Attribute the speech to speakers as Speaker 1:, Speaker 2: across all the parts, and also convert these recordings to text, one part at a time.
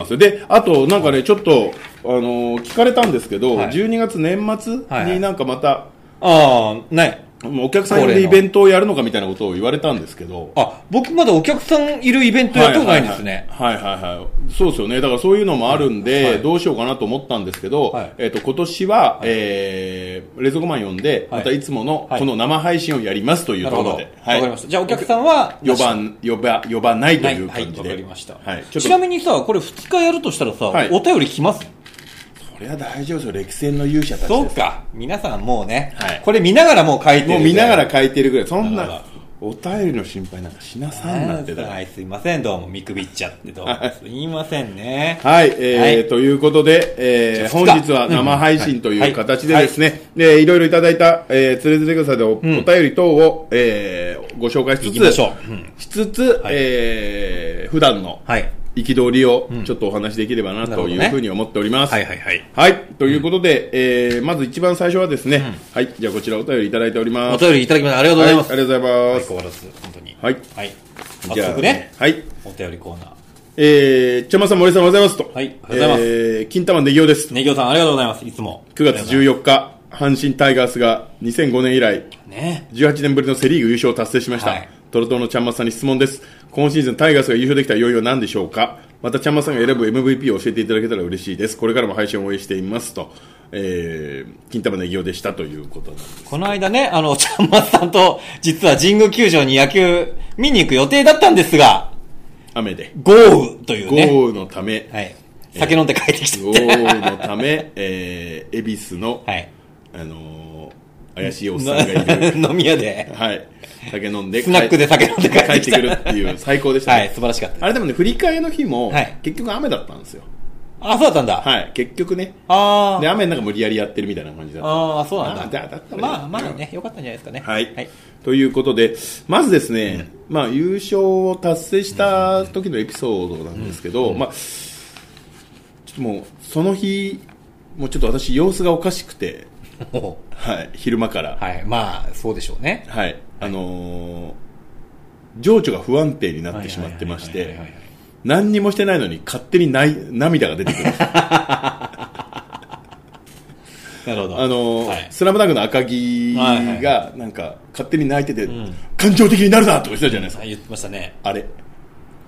Speaker 1: ですよ。で、あと、なんかね、ちょっと、あのー聞かれたんですけど、
Speaker 2: はい
Speaker 1: 12月年
Speaker 2: は
Speaker 1: 末
Speaker 2: いは
Speaker 1: に
Speaker 2: い
Speaker 1: なんかまた、
Speaker 2: ああ、ない。
Speaker 1: もうお客さん呼んでイベントをやるのかみたいなことを言われたんですけど。
Speaker 2: あ、僕まだお客さんいるイベントやったことないんですね。
Speaker 1: はいはいはい。はいはいはいそうですよね。だからそういうのもあるんで、
Speaker 2: はい
Speaker 1: どうしようかなと思ったんですけど、
Speaker 2: はい
Speaker 1: えっ、と、今年は、えー、冷蔵庫マン呼んで、
Speaker 2: は
Speaker 1: ま
Speaker 2: い
Speaker 1: たいつもの、
Speaker 2: はい
Speaker 1: この生配信をやりますという
Speaker 2: な
Speaker 1: と
Speaker 2: る
Speaker 1: こ
Speaker 2: ほど。
Speaker 1: ろ
Speaker 2: わ、
Speaker 1: で。
Speaker 2: かりました。じゃあお客さんは、
Speaker 1: 呼ばん、呼ば、呼ばないと
Speaker 2: ないし、
Speaker 1: う
Speaker 2: は
Speaker 1: 感
Speaker 2: い、
Speaker 1: じ
Speaker 2: わ
Speaker 1: で。
Speaker 2: かりました。
Speaker 1: はい。ち
Speaker 2: ち
Speaker 1: ょっと、
Speaker 2: な
Speaker 1: こ
Speaker 2: みにさ、これ2日やるとしたらさ、
Speaker 1: はい
Speaker 2: お便り来ます
Speaker 1: れは大丈夫ですよ。歴戦の勇者たちです。
Speaker 2: そうか。皆さんもうね、
Speaker 1: はい
Speaker 2: これ見ながらもう書いてる。
Speaker 1: もう見ながら書いてるぐらい。そん
Speaker 2: なる
Speaker 1: な、お便りの心配なんかしなさんな
Speaker 2: なんん
Speaker 1: て
Speaker 2: て
Speaker 1: だから
Speaker 2: だ。はい、すいません。どうも見くびっちゃって、どうも
Speaker 1: はい。
Speaker 2: すいませんね。
Speaker 1: はい、えー
Speaker 2: はい
Speaker 1: ということで、えー
Speaker 2: じゃあ
Speaker 1: 本日は生配信と
Speaker 2: はいいう
Speaker 1: 形でですね、でいろいろいただいた、えー、つれづれ草でお,、お便り等を、えーご紹介し
Speaker 2: 行
Speaker 1: つ
Speaker 2: きま
Speaker 1: つ、
Speaker 2: しょう。うん
Speaker 1: しつつ、えー普段の
Speaker 2: はい。
Speaker 1: 憤りをちょっとお話しできればなとい
Speaker 2: なるほどね
Speaker 1: うふうに思っております。
Speaker 2: はいはいはい。
Speaker 1: はい、ということで、えーまず一番最初はですね、はい、じゃあこちらお便りいただいておりま
Speaker 2: お
Speaker 1: す。
Speaker 2: 便りいただきましてありがとうございます。
Speaker 1: はいありがとうございま
Speaker 2: 相
Speaker 1: す。
Speaker 2: 変わらず、本当に。
Speaker 1: はい、
Speaker 2: はい。
Speaker 1: じ
Speaker 2: 早
Speaker 1: ゃあ
Speaker 2: 速ね、
Speaker 1: はい、
Speaker 2: お便りコーナー。
Speaker 1: えー、ちゃまさん森さんおはようございますと。
Speaker 2: はいおはようございます
Speaker 1: えー金玉ねぎおです。
Speaker 2: ねぎょうさんありがとうございます。いつも。
Speaker 1: 9月14日、阪神タイガースが2005年以来、
Speaker 2: ね。
Speaker 1: 18年ぶりのセ・リーグ優勝を達成しました、
Speaker 2: はい
Speaker 1: トロトロのちゃんまつさんに質問です今シーズンタイガースが優勝できた要因は何でしょうかまたちゃんまつさんが選ぶ MVP を教えていただけたら嬉しいですこれからも配信を応援していますと、えー、金玉ねぎおでしたということなんです
Speaker 2: この間ね、あの、ち ゃんまつさんと、実は神宮球場に野球見に行く予定だったんですが、
Speaker 1: 雨で
Speaker 2: 豪雨という
Speaker 1: 豪
Speaker 2: ね。
Speaker 1: 雨のため、
Speaker 2: はい。酒飲んで帰ってきちゃ
Speaker 1: 豪
Speaker 2: って。
Speaker 1: 雨のため、えー、恵比寿の、
Speaker 2: はい。
Speaker 1: あのー怪しいおっさんがいる、
Speaker 2: 飲み屋で、
Speaker 1: はい、酒飲んで
Speaker 2: スナックで酒飲んで帰
Speaker 1: 帰
Speaker 2: っ
Speaker 1: ってて
Speaker 2: きた
Speaker 1: くるっていう最高でしたね、
Speaker 2: はい、素晴らしかったです。
Speaker 1: あれでもね、振り替えの日も、
Speaker 2: はい
Speaker 1: 結局雨だったんですよ。
Speaker 2: あ、そうだったんだ。
Speaker 1: はい、結局ね。
Speaker 2: あ
Speaker 1: で、
Speaker 2: ー。
Speaker 1: 雨の中無理やりやってるみたいな感じだった。
Speaker 2: あー、そうな
Speaker 1: まあ
Speaker 2: ん
Speaker 1: だだ
Speaker 2: だ
Speaker 1: った。ら
Speaker 2: まあまあね、よかったんじゃないですかね。
Speaker 1: はい、
Speaker 2: はい。
Speaker 1: ということで、まずですね、まあ、優勝を達成した時のエピソードなんですけど、まあ、ちょっともう、その日、もうちょっと私、様子がおかしくて、
Speaker 2: も
Speaker 1: はい、昼間から。
Speaker 2: う
Speaker 1: はい。
Speaker 2: はい。まあ、そうでしょうね。
Speaker 1: あのー情緒が不安定になってしまってまし
Speaker 2: はい
Speaker 1: て
Speaker 2: はいはいはいはい、
Speaker 1: 何にもしてないのに勝手にない涙が出て くる。
Speaker 2: なるほど。
Speaker 1: あの、
Speaker 2: はい
Speaker 1: スラムダンクの赤木
Speaker 2: はいはい
Speaker 1: が、なんか、勝手に泣いてて、感情的になるなとか言ってたじゃないですか。
Speaker 2: はい言ってましたね。
Speaker 1: あれ。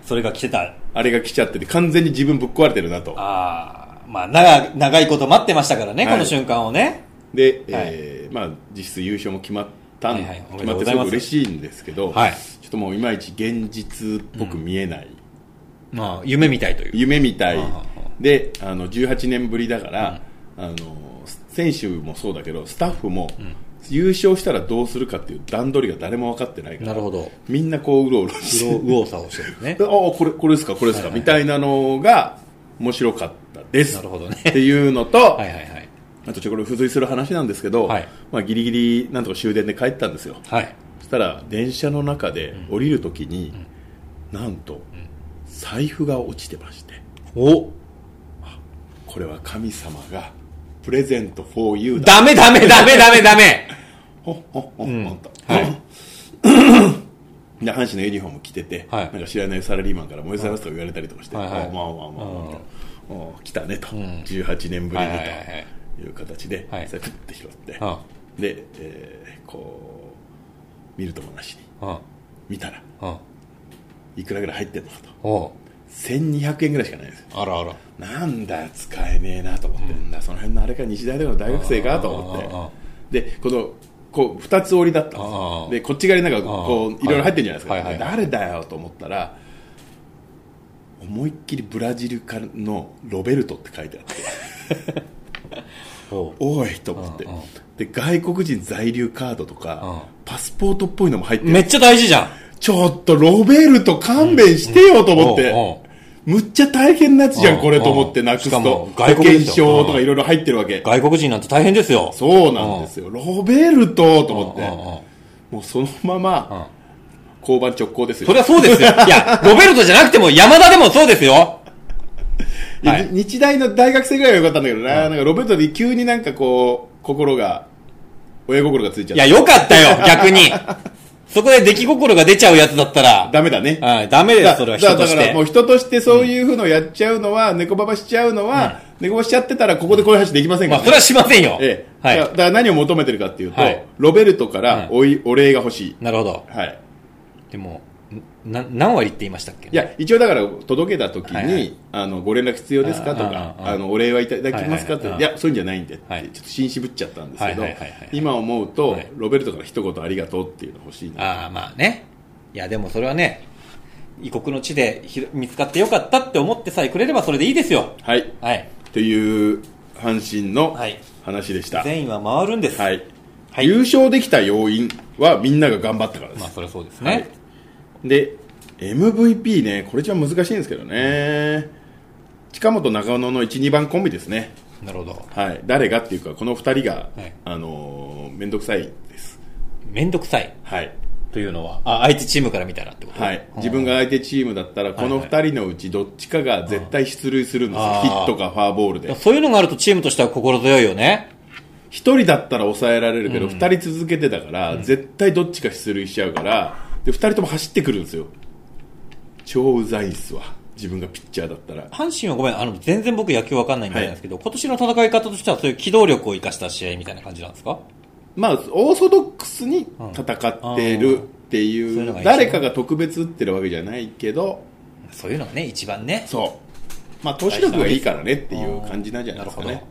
Speaker 2: それが来てた。
Speaker 1: あれが来ちゃってて、完全に自分ぶっ壊れてるなと。
Speaker 2: あー。まあ、長、長いこと待ってましたからね、
Speaker 1: はい
Speaker 2: この瞬間をね。
Speaker 1: で、えーまあ、実質優勝も決まったん、
Speaker 2: はいはいおめ
Speaker 1: 決
Speaker 2: でと
Speaker 1: まっ
Speaker 2: うご
Speaker 1: て
Speaker 2: ざ
Speaker 1: す
Speaker 2: い
Speaker 1: ご
Speaker 2: ます
Speaker 1: く嬉しいんですけど、
Speaker 2: はい
Speaker 1: ちょっともういまいち現実っぽく見えない。
Speaker 2: まあ、夢みたいという。
Speaker 1: 夢みたい
Speaker 2: はあはあ。
Speaker 1: で、あの、18年ぶりだから、あの、選手もそうだけど、スタッフも、優勝したらどうするかっていう段取りが誰も分かってないから、
Speaker 2: なるほど。
Speaker 1: みんなこううろうろして
Speaker 2: 右往左往してるね
Speaker 1: で。 ああこれこれですかこれですか、みたいなのが面白かったです
Speaker 2: なるほどね
Speaker 1: っていうのと、
Speaker 2: はいはいはい。
Speaker 1: あとちょっとこれ付随する話なんですけど、
Speaker 2: はい
Speaker 1: まあ、ギリギリなんとか終電で帰ったんですよ
Speaker 2: はい。
Speaker 1: そしたら電車の中で降りるときに、なんと財布が落ちてまして
Speaker 2: お
Speaker 1: これは神様がプレゼント for you だ
Speaker 2: ダメダメダメダメダメ
Speaker 1: ほっほっほっほっと、
Speaker 2: はい。
Speaker 1: で阪神のユニフォーム着てて、
Speaker 2: はい
Speaker 1: なんか知らないサラリーマンから「燃えざいます」とか言われたりとかして「
Speaker 2: はいはい
Speaker 1: ああまあまあまあまあまあ」おう来たねと、18年ぶり
Speaker 2: はい
Speaker 1: に
Speaker 2: は
Speaker 1: と。
Speaker 2: いはい。
Speaker 1: いう形で、
Speaker 2: はい
Speaker 1: それプッて拾って、
Speaker 2: あ
Speaker 1: で、えーこう見るともなしに
Speaker 2: あ、
Speaker 1: 見たら
Speaker 2: あ
Speaker 1: いくらぐらい入ってんのかと
Speaker 2: お
Speaker 1: 1200円ぐらいしかないです
Speaker 2: あらあら。
Speaker 1: なんだよ使えねえなと思って、なんだその辺のあれか日大とかの大学生かと思
Speaker 2: ああああ
Speaker 1: ってでこのこう2つ折りだったんです
Speaker 2: ああ
Speaker 1: よでこっち側になんかこ
Speaker 2: ああ
Speaker 1: ういろいろ入ってるじゃないですか、
Speaker 2: はいはいはい
Speaker 1: 誰だよと思ったら思いっきりブラジルからのロベルトって書いてあって
Speaker 2: お
Speaker 1: おいと思って、
Speaker 2: うんうん
Speaker 1: で外国人在留カードとか、
Speaker 2: うん
Speaker 1: パスポートっぽいのも入ってる
Speaker 2: めっちゃ大事じゃん。
Speaker 1: ちょっとロベルト勘弁してよと思って、
Speaker 2: うんうん
Speaker 1: むっちゃ大変なやつじゃん、
Speaker 2: うん
Speaker 1: これと思ってなくす
Speaker 2: しかも
Speaker 1: と
Speaker 2: 外
Speaker 1: 外
Speaker 2: 国
Speaker 1: 国
Speaker 2: 人
Speaker 1: 人
Speaker 2: だ
Speaker 1: 証とかいろいろ入ってるわけ、
Speaker 2: 外国人なんて大変ですよ。
Speaker 1: そうなんですよ、ロベルトと思って、
Speaker 2: うんうんうん
Speaker 1: もうそのまま、交番直行ですよ
Speaker 2: そりゃそうですよ。いや、ロベルトじゃなくても山田でもそうですよ。
Speaker 1: いや
Speaker 2: はい
Speaker 1: 日大の大学生ぐらいはよかったんだけどな,、なんかロベルトで急になんかこう心が親心がついちゃ
Speaker 2: い
Speaker 1: っ
Speaker 2: や、よかったよ、逆に。そこで出来心が出ちゃうやつだったら、
Speaker 1: ダメだね。
Speaker 2: はい、ダメです、それは人
Speaker 1: だ
Speaker 2: と
Speaker 1: だ
Speaker 2: し
Speaker 1: から
Speaker 2: て
Speaker 1: も。う人としてそういうふうのをやっちゃうのは、猫ばばしちゃうのは、猫ばばしちゃってたら、ここでこういう話できませんか
Speaker 2: ま
Speaker 1: ら
Speaker 2: あ、
Speaker 1: ね、
Speaker 2: それはしませんよ。
Speaker 1: ええ、
Speaker 2: は
Speaker 1: だ
Speaker 2: い
Speaker 1: か。らだから何を求めてるかっていうと、
Speaker 2: はい
Speaker 1: ロベルトからおい、お礼が欲しい。
Speaker 2: なるほど。
Speaker 1: はい。
Speaker 2: でも、んな、何割って言いましたっけ
Speaker 1: いや、一応だから、届けた時に、
Speaker 2: はいはい
Speaker 1: あの、ご連絡必要ですかとか、
Speaker 2: あ
Speaker 1: あ
Speaker 2: あああ
Speaker 1: の、お礼はいただきますかって、
Speaker 2: はい
Speaker 1: い
Speaker 2: はいはい
Speaker 1: や、そういうんじゃないんでって、
Speaker 2: はい
Speaker 1: ちょっと紳士ぶっちゃったんですけど、
Speaker 2: はいはいはいはい
Speaker 1: 今思うと、
Speaker 2: はい
Speaker 1: ロベルトから一言ありがとうっていうの欲しいな。
Speaker 2: ああ、まあね。いや、でもそれはね、異国の地でひろ見つかってよかったって思ってさえくれればそれでいいですよ。
Speaker 1: はい。
Speaker 2: はい。
Speaker 1: という、阪神の
Speaker 2: はい
Speaker 1: 話でした。
Speaker 2: 善意は回るんです。
Speaker 1: はい、
Speaker 2: はい
Speaker 1: 優勝できた要因はみんなが頑張ったからです、
Speaker 2: まあ、それはそうです
Speaker 1: は
Speaker 2: ね
Speaker 1: い。で MVP ねこれじゃ難しいんですけどね、近本中野の12番コンビですね、
Speaker 2: なるほど。
Speaker 1: はい、誰がっていうかこの2人が、
Speaker 2: はい
Speaker 1: あのー、めんどくさいです
Speaker 2: めんどくさい。
Speaker 1: はい、
Speaker 2: というのは、あ、相手チームから見たらってこと
Speaker 1: はい、自分。が相手チームだったらこの2人のうちどっちかが絶対出塁するんですよ、
Speaker 2: あー
Speaker 1: ヒットかファーボール
Speaker 2: うん
Speaker 1: で
Speaker 2: そういうのがあるとチームとしては心強いよね。
Speaker 1: 1人だったら抑えられるけど、2人続けてたから、絶対どっちか出塁しちゃうからで2人とも走ってくるんですよ超うざいっすわ自分がピッチャーだったら
Speaker 2: 阪神はごめん、あの、全然僕野球わかんないんであれなんですけど、今年の戦い方としてはそういう機動力を生かした試合みたいな感じなんですか
Speaker 1: まあオーソドックスに戦って
Speaker 2: う
Speaker 1: る
Speaker 2: ん
Speaker 1: っていう,、
Speaker 2: そういうのが一番
Speaker 1: 誰かが特別打ってるわけじゃないけど
Speaker 2: そういうのがね、一番ね。
Speaker 1: そうまあ投手力がいいからねっていう感じなんじゃないですか
Speaker 2: なる
Speaker 1: ね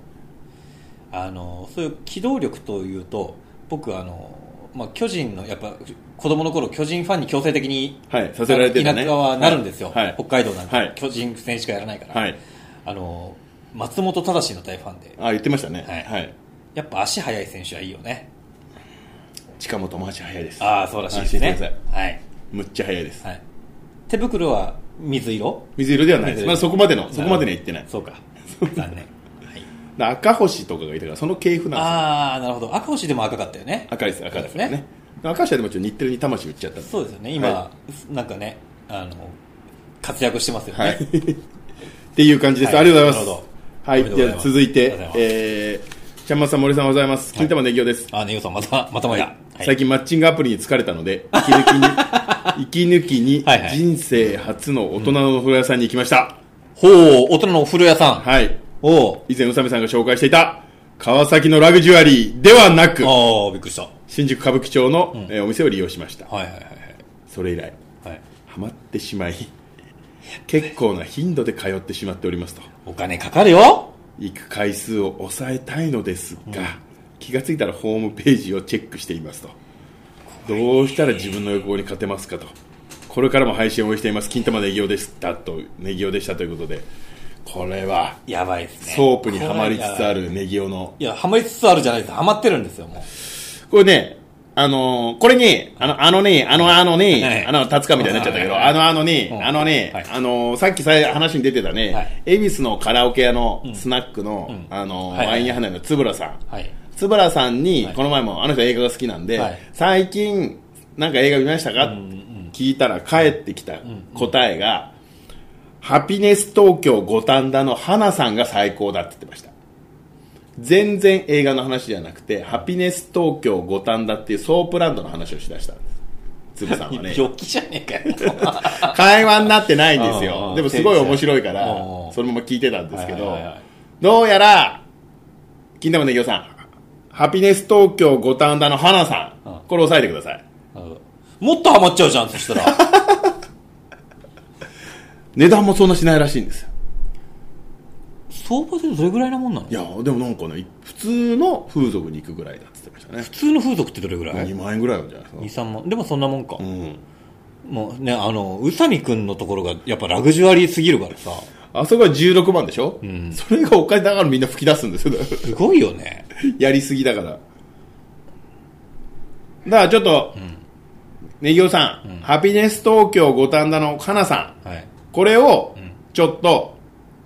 Speaker 2: ほどあのそういう機動力というと僕あの、まあ、巨人のやっぱ子供の頃巨人ファンに強制的に、
Speaker 1: はいさせられてたね
Speaker 2: 田舎はなるんですよ、
Speaker 1: はいはい
Speaker 2: 北海道なんて、
Speaker 1: はい
Speaker 2: 巨人戦しかやらないから、
Speaker 1: はい
Speaker 2: あの松本忠の大ファンで
Speaker 1: あ言ってましたね
Speaker 2: はい
Speaker 1: はい、
Speaker 2: やっぱ足速い選手はいいよね
Speaker 1: 近本も足早いです
Speaker 2: ああそうらしいです
Speaker 1: 安心して
Speaker 2: ね
Speaker 1: く
Speaker 2: はい、
Speaker 1: むっちゃ早いです、
Speaker 2: はい、手袋は水色
Speaker 1: 水色ではないで
Speaker 2: 水
Speaker 1: す
Speaker 2: 色
Speaker 1: まだそこまでのそこまでには行ってない
Speaker 2: そうか残念、はい、
Speaker 1: だ赤星とかがいたからその系譜なんですよ
Speaker 2: ああなるほど赤星でも赤かったよね
Speaker 1: 赤いです赤いです
Speaker 2: そうで
Speaker 1: ね
Speaker 2: すね
Speaker 1: 赤石はでもちょっと日テレに魂打っちゃったんで
Speaker 2: そうですよね、今、
Speaker 1: は
Speaker 2: なんかね、あの、活躍してますよね。
Speaker 1: はいっていう感じです、
Speaker 2: はい
Speaker 1: ありがとうござい
Speaker 2: なる
Speaker 1: ま
Speaker 2: ほ
Speaker 1: すはい
Speaker 2: おめでと
Speaker 1: じゃ
Speaker 2: うございま
Speaker 1: あ
Speaker 2: す
Speaker 1: 続い
Speaker 2: ありがとう
Speaker 1: て
Speaker 2: ござい
Speaker 1: えーちゃんまさん森さんおはようございます、金玉ねぎおです、
Speaker 2: あ、ねぎょさん、また、またまた。はい
Speaker 1: 最近マッチングアプリに疲れたので息抜きに 息
Speaker 2: はい
Speaker 1: 抜
Speaker 2: はい
Speaker 1: きに人生初の大人のお風呂屋さんに行きました、
Speaker 2: ほう、大人のお風呂屋さん。
Speaker 1: はい
Speaker 2: おう
Speaker 1: 以前宇佐美さんが紹介していた川崎のラグジュアリーではなく
Speaker 2: ああ、びっくりした。は
Speaker 1: 新宿歌舞伎町の、えーお店を利用しました
Speaker 2: いはいはい
Speaker 1: それ以来
Speaker 2: はい。はい、
Speaker 1: ハマってしまい結構な頻度で通ってしまっておりますと
Speaker 2: お金かかるよ
Speaker 1: 行く回数を抑えたいのですが、気がついたらホームページをチェックしていますとどうしたら自分の欲望に勝てますかとこれからも配信を応援しています金玉ネギオでしたとネギオでしたということでこれは
Speaker 2: やばいですね。
Speaker 1: ソープにはまりつつあ
Speaker 2: る。
Speaker 1: るネギオの
Speaker 2: いや、はまりつつあるじゃないです。はまってるんですよ、もう。
Speaker 1: これねあのーこれね、あの、あのね、あの、あのね、
Speaker 2: はい
Speaker 1: あの、立つかみたいになっちゃったけど、
Speaker 2: はいは
Speaker 1: あ
Speaker 2: い
Speaker 1: の、あのね、
Speaker 2: うん
Speaker 1: あのね、
Speaker 2: はい
Speaker 1: あのーさっきさ、話に出てた
Speaker 2: は
Speaker 1: ね
Speaker 2: い、
Speaker 1: 恵比寿のカラオケ屋のスナックの、あのー、
Speaker 2: はいはい
Speaker 1: ワイン屋花のつぶらさん。
Speaker 2: はい。
Speaker 1: つぶらさんに
Speaker 2: はい、
Speaker 1: この前もあの人映画が好きなんで、
Speaker 2: はい
Speaker 1: 最近、なんか映画見ましたか、
Speaker 2: ん
Speaker 1: 聞いたら帰ってきた答えが、ハピネス東京五反田の花さんが最高だって言ってました。全然映画の話じゃなくて、ハピネス東京五反田っていうソープランドの話をしだしたんです。つぶさんは ね。
Speaker 2: 病気じゃねえかよ。
Speaker 1: 会話になってないんです
Speaker 2: うんう
Speaker 1: よ。
Speaker 2: ん
Speaker 1: でもすごい面白いから
Speaker 2: うん、
Speaker 1: そのまま聞いてたんですけ
Speaker 2: は
Speaker 1: ど
Speaker 2: いはいはい、
Speaker 1: どうやら、金玉ねぎおさん、ハピネス東京五反田の花さ
Speaker 2: うん
Speaker 1: ん、これ押さえてください。
Speaker 2: うんもっとはまっちゃうじゃん、そした ら。
Speaker 1: 値段もそんなしないらしいんですよ。
Speaker 2: 相場でどれぐらいなもんなの
Speaker 1: いや、でもなんかね、普通の風俗に行くぐらいだって言ってましたね。
Speaker 2: 普通の風俗ってどれぐらい
Speaker 1: 2万円ぐらいあるんじゃないで
Speaker 2: ?2、
Speaker 1: すか。
Speaker 2: 3万。でもそんなもんか。
Speaker 1: うん。
Speaker 2: もうね、あの、宇佐美くんのところがやっぱラグジュアリーすぎるからさ、
Speaker 1: あそこは16万でしょそれがお金だからみんな吹き出すんですよ。
Speaker 2: すごいよね。
Speaker 1: やりすぎだから。だからちょっと、ネギオさん,、ハピネス東京五反田のかなさん、
Speaker 2: はい。
Speaker 1: これをちょっと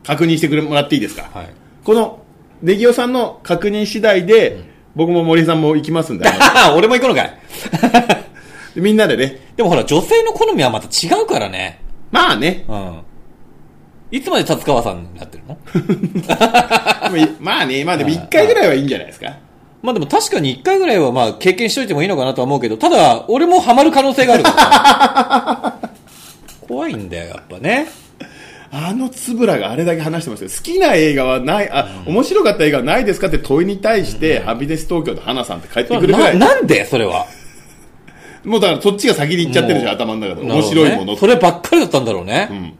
Speaker 1: 確認してくれもらっていいですか、
Speaker 2: はい。
Speaker 1: このネギオさんの確認次第で、僕も森さんも行きますん で、あの
Speaker 2: 俺も行くのかい。
Speaker 1: でみんなでね、
Speaker 2: でもほら、女性の好みはまた違うからね。
Speaker 1: まあね、
Speaker 2: うん。いつまで達川さんになってるの
Speaker 1: でもいまあね、まあでも1回ぐらいはいいんじゃないですか。
Speaker 2: まあでも確かに1回ぐらいはまあ経験しといてもいいのかなとは思うけど、ただ、俺もハマる可能性があ るから。怖いんだよ、やっぱね。
Speaker 1: あのつぶらがあれだけ話してましたよ好きな映画はない、あ、面白かった映画はないですかって問いに対して、ハビネス東京と花さんって帰ってくるぐら、
Speaker 2: ないなんでそれは。
Speaker 1: もうだからそっちが先に行っちゃってるじゃん、頭の中で。面白いもの
Speaker 2: なるほどねそればっかりだったんだろうね。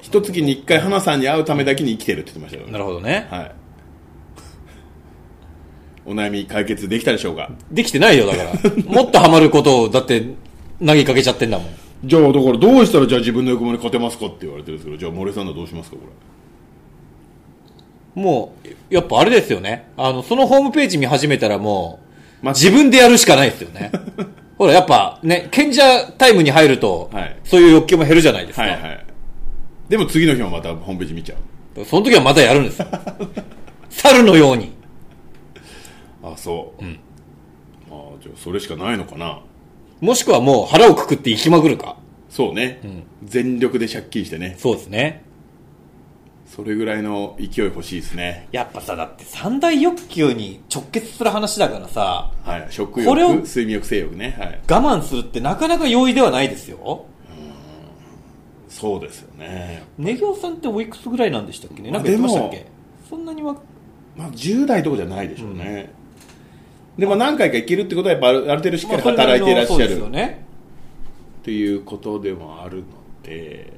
Speaker 1: 一月に一回花さんに会うためだけに生きてるって言ってましたよ。
Speaker 2: なるほどね。
Speaker 1: はい。お悩み解決できたでしょうか
Speaker 2: できてないよ、だから。もっとハマることを、だって、投げかけちゃってんだもん。
Speaker 1: じゃあ、だからどうしたらじゃあ自分の欲望に勝てますかって言われてるんですけど、じゃあ、森さんのはどうしますか、こ
Speaker 2: もう、やっぱあれですよね。あの、そのホームページ見始めたらもう、
Speaker 1: まあ
Speaker 2: 自分でやるしかないですよ ね。ほら、やっぱね、賢者タイムに入ると、
Speaker 1: はい
Speaker 2: そういう欲求も減るじゃないですか。
Speaker 1: れ。はいはい。でも次の日もまたホームページ見ちゃう。
Speaker 2: その時はまたやるん ですよ。猿のように。
Speaker 1: あ、そう。うん。あーじゃあ、それしかないのかな。
Speaker 2: もしくはもう腹をくくって生きまくるか。
Speaker 1: そうね。全力で借金してね。
Speaker 2: そうですね。
Speaker 1: それぐらいの勢い欲しいですね。
Speaker 2: やっぱさ、だって三大欲求に直結する話だからさ、
Speaker 1: はい。食
Speaker 2: こ
Speaker 1: 欲
Speaker 2: れを、
Speaker 1: 睡眠欲、性欲ね。はい。
Speaker 2: 我慢するってなかなか容易ではないですよ。
Speaker 1: そうですよね。
Speaker 2: ネギオさんっておいくつぐらいなんでしたっけねなんか
Speaker 1: あで
Speaker 2: 言って
Speaker 1: も
Speaker 2: ましたっけそんなにわ、
Speaker 1: まあ、10代とかじゃないでしょうね。でも何回かいけるってことはやっぱあるある程度しっかり
Speaker 2: まあそれな
Speaker 1: 働いていらっ
Speaker 2: りのそう
Speaker 1: しゃ
Speaker 2: です
Speaker 1: る
Speaker 2: よね。
Speaker 1: ということでもあるので、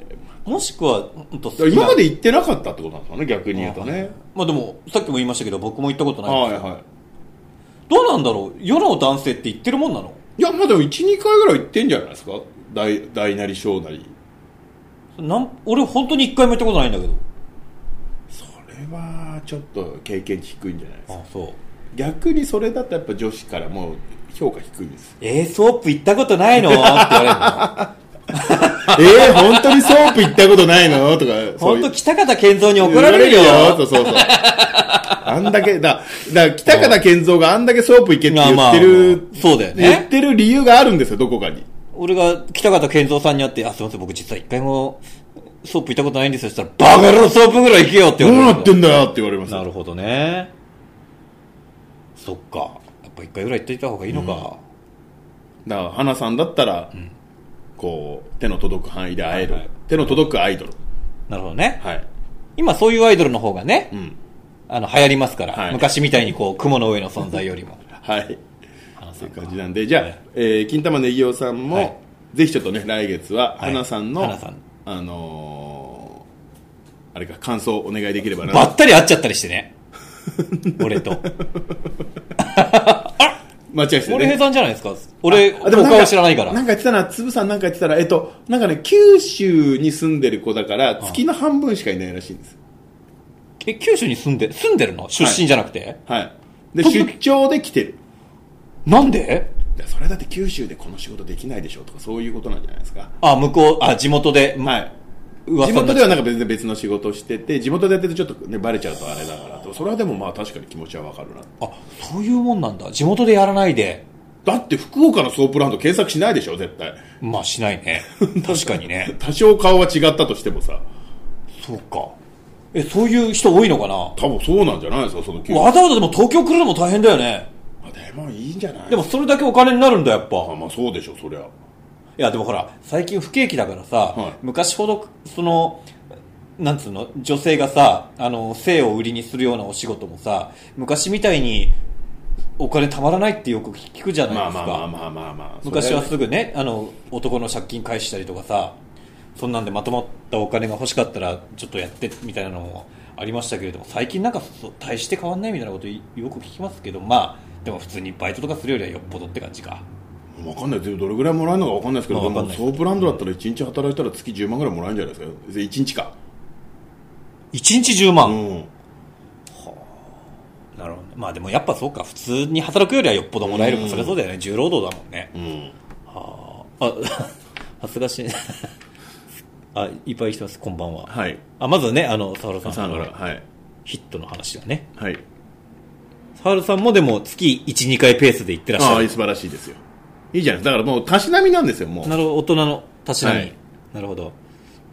Speaker 1: ま
Speaker 2: もしくは、うんと
Speaker 1: あだから今まで
Speaker 2: 好
Speaker 1: 行ってなかったってことなんですよね、逆
Speaker 2: き
Speaker 1: に
Speaker 2: な
Speaker 1: 言うとね。。
Speaker 2: まあでも、さっきも言いましたけど、僕も行ったことないんで
Speaker 1: はい
Speaker 2: すよ
Speaker 1: は
Speaker 2: どうなんだろう世の男性って言ってるもんなの
Speaker 1: い。いや、まあでも1、2回ぐらい行ってんじゃないですか大大なり小なり。
Speaker 2: なん俺本当に一回も行ったことないんだけど。
Speaker 1: それはちょっと経験値低いんじゃないですか。
Speaker 2: あ、そう。
Speaker 1: 逆にそれだとやっぱ女子からもう評価低いです。
Speaker 2: えー、ソープ行ったことない のって言われ るの。
Speaker 1: えー、本当にソープ行ったことないの とか、そう
Speaker 2: 本
Speaker 1: いう
Speaker 2: 当北方健三に怒られるよ。
Speaker 1: 言われそうそうそう。あんだけ、だ、だ北方健三があんだけソープ行けって
Speaker 2: まあ
Speaker 1: 言
Speaker 2: まあ
Speaker 1: ってる、
Speaker 2: そうだよ
Speaker 1: 言っ
Speaker 2: ね。
Speaker 1: てる理由があるんですよ、どこかに。
Speaker 2: 俺が北方健三さんに会って、あ、すいません、僕実は一回もソープ行ったことないんですよ。そしたら、バカ野郎ソープぐらい行けよって
Speaker 1: ど
Speaker 2: 言
Speaker 1: う
Speaker 2: わ
Speaker 1: な
Speaker 2: れる
Speaker 1: っ
Speaker 2: ん
Speaker 1: て
Speaker 2: だよ。
Speaker 1: んだよって言われます
Speaker 2: なるほどね。そっか。やっぱ一回ぐらい行っていた方がいいのか。
Speaker 1: だから、花さんだったら、こう、手の届く範囲で会える。
Speaker 2: はいはい
Speaker 1: 手の届くアイドル。
Speaker 2: なるほどね。
Speaker 1: はい。
Speaker 2: 今そういうアイドルの方がね、
Speaker 1: ん
Speaker 2: あの、流行りますから、
Speaker 1: はい
Speaker 2: 昔みたい にこう、雲の上の存在よりも。
Speaker 1: はい。
Speaker 2: 花
Speaker 1: そうん
Speaker 2: さ
Speaker 1: いう
Speaker 2: が
Speaker 1: 感じなんで、じゃあ、
Speaker 2: はい
Speaker 1: えー金玉ねぎおさんも、
Speaker 2: はい
Speaker 1: ぜひちょっとね、来月は、
Speaker 2: はい
Speaker 1: 花さんの、
Speaker 2: 花さん
Speaker 1: あのーあれか、感想お願いできればな。
Speaker 2: ばったり会っちゃったりして ね。俺と。
Speaker 1: 間違いして
Speaker 2: 俺平
Speaker 1: ね。
Speaker 2: さんじゃないですか。俺、
Speaker 1: あでも
Speaker 2: 他
Speaker 1: ん
Speaker 2: は
Speaker 1: か
Speaker 2: 知らないから。
Speaker 1: なんか言ってたな、つぶさんなんか言ってたら、えっと、なんかね、九州に住んでる子だから、月の半分しかいないらしいんです。
Speaker 2: え、九州に住んで、住んでるの出身じゃなくて、
Speaker 1: はい。で、
Speaker 2: 時
Speaker 1: 出
Speaker 2: 々
Speaker 1: 張で来てる。
Speaker 2: なんで
Speaker 1: いやそれだって九州でこの仕事できないでしょうとか、そういうことなんじゃないですか。
Speaker 2: あ、向こう、あ、地元で、
Speaker 1: はい。
Speaker 2: 噂
Speaker 1: 地
Speaker 2: になっ
Speaker 1: 元ではなんか別に別の仕事をしてて、地元でやってるとちょっとね、バレちゃうとあれだから、それはでもまあ確かに気持ちはわかるな。
Speaker 2: あ、そういうもんなんだ。地元でやらないで。
Speaker 1: だって福岡のソープランド検索しないでしょ、絶対。
Speaker 2: まあ、しな いね。確かにね。
Speaker 1: 多少顔は違ったとしてもさ、
Speaker 2: そうか。え、そういう人多いのかな
Speaker 1: 多分そうなんじゃないですか、その九州。
Speaker 2: わざわざでも東京来るのも大変だよね。
Speaker 1: あでもいいんじゃない
Speaker 2: でも、それだけお金になるんだ、やっぱ
Speaker 1: あ。まあそうでしょ、そりゃ。
Speaker 2: いやでもほら最近不景気だからさ、
Speaker 1: はい
Speaker 2: 昔ほどそのなんつうの女性がさあの性を売りにするようなお仕事もさ昔みたいにお金たまらないってよく聞くじゃない
Speaker 1: まあ
Speaker 2: です
Speaker 1: ま
Speaker 2: か、
Speaker 1: あまあまあまあまあ。
Speaker 2: 昔はすぐねあの男の借金返したりとかさそんなんでまとまったお金が欲しかったらちょっとやってみたいなのもありましたけれども最近なんかそう大して変わんないみたいなこといよく聞きますけどまあでも普通にバイトとかするよりはよっぽどって感じか
Speaker 1: わかんない、でもどれぐらいもらえるのかわかんないですけど、
Speaker 2: まあ
Speaker 1: で
Speaker 2: わ
Speaker 1: も
Speaker 2: かんない
Speaker 1: ソープランドだったら1日働いたら月10万ぐらいもらえるんじゃないですか。で1日か。
Speaker 2: 1日10万、
Speaker 1: うん。
Speaker 2: なるほど、ね、まあでもやっぱそうか普通に働くよりはよっぽどもらえるか、そりゃそうだよね重労働だもんね、
Speaker 1: うん。
Speaker 2: あ 恥ずかしいあいっぱい来てますこんばんは、
Speaker 1: はい。
Speaker 2: あまずねあのサハルさん
Speaker 1: 朝から、はい。
Speaker 2: ヒットの話だね
Speaker 1: はい。
Speaker 2: サハルさんもでも月12回ペースで行ってらっし
Speaker 1: あ
Speaker 2: ゃ
Speaker 1: あ、
Speaker 2: る
Speaker 1: 素晴らしいですよ。いいじゃないですか。だからもう、たしなみなんですよ、もう。
Speaker 2: なるほど大人のたしなみ、
Speaker 1: はい
Speaker 2: なるほど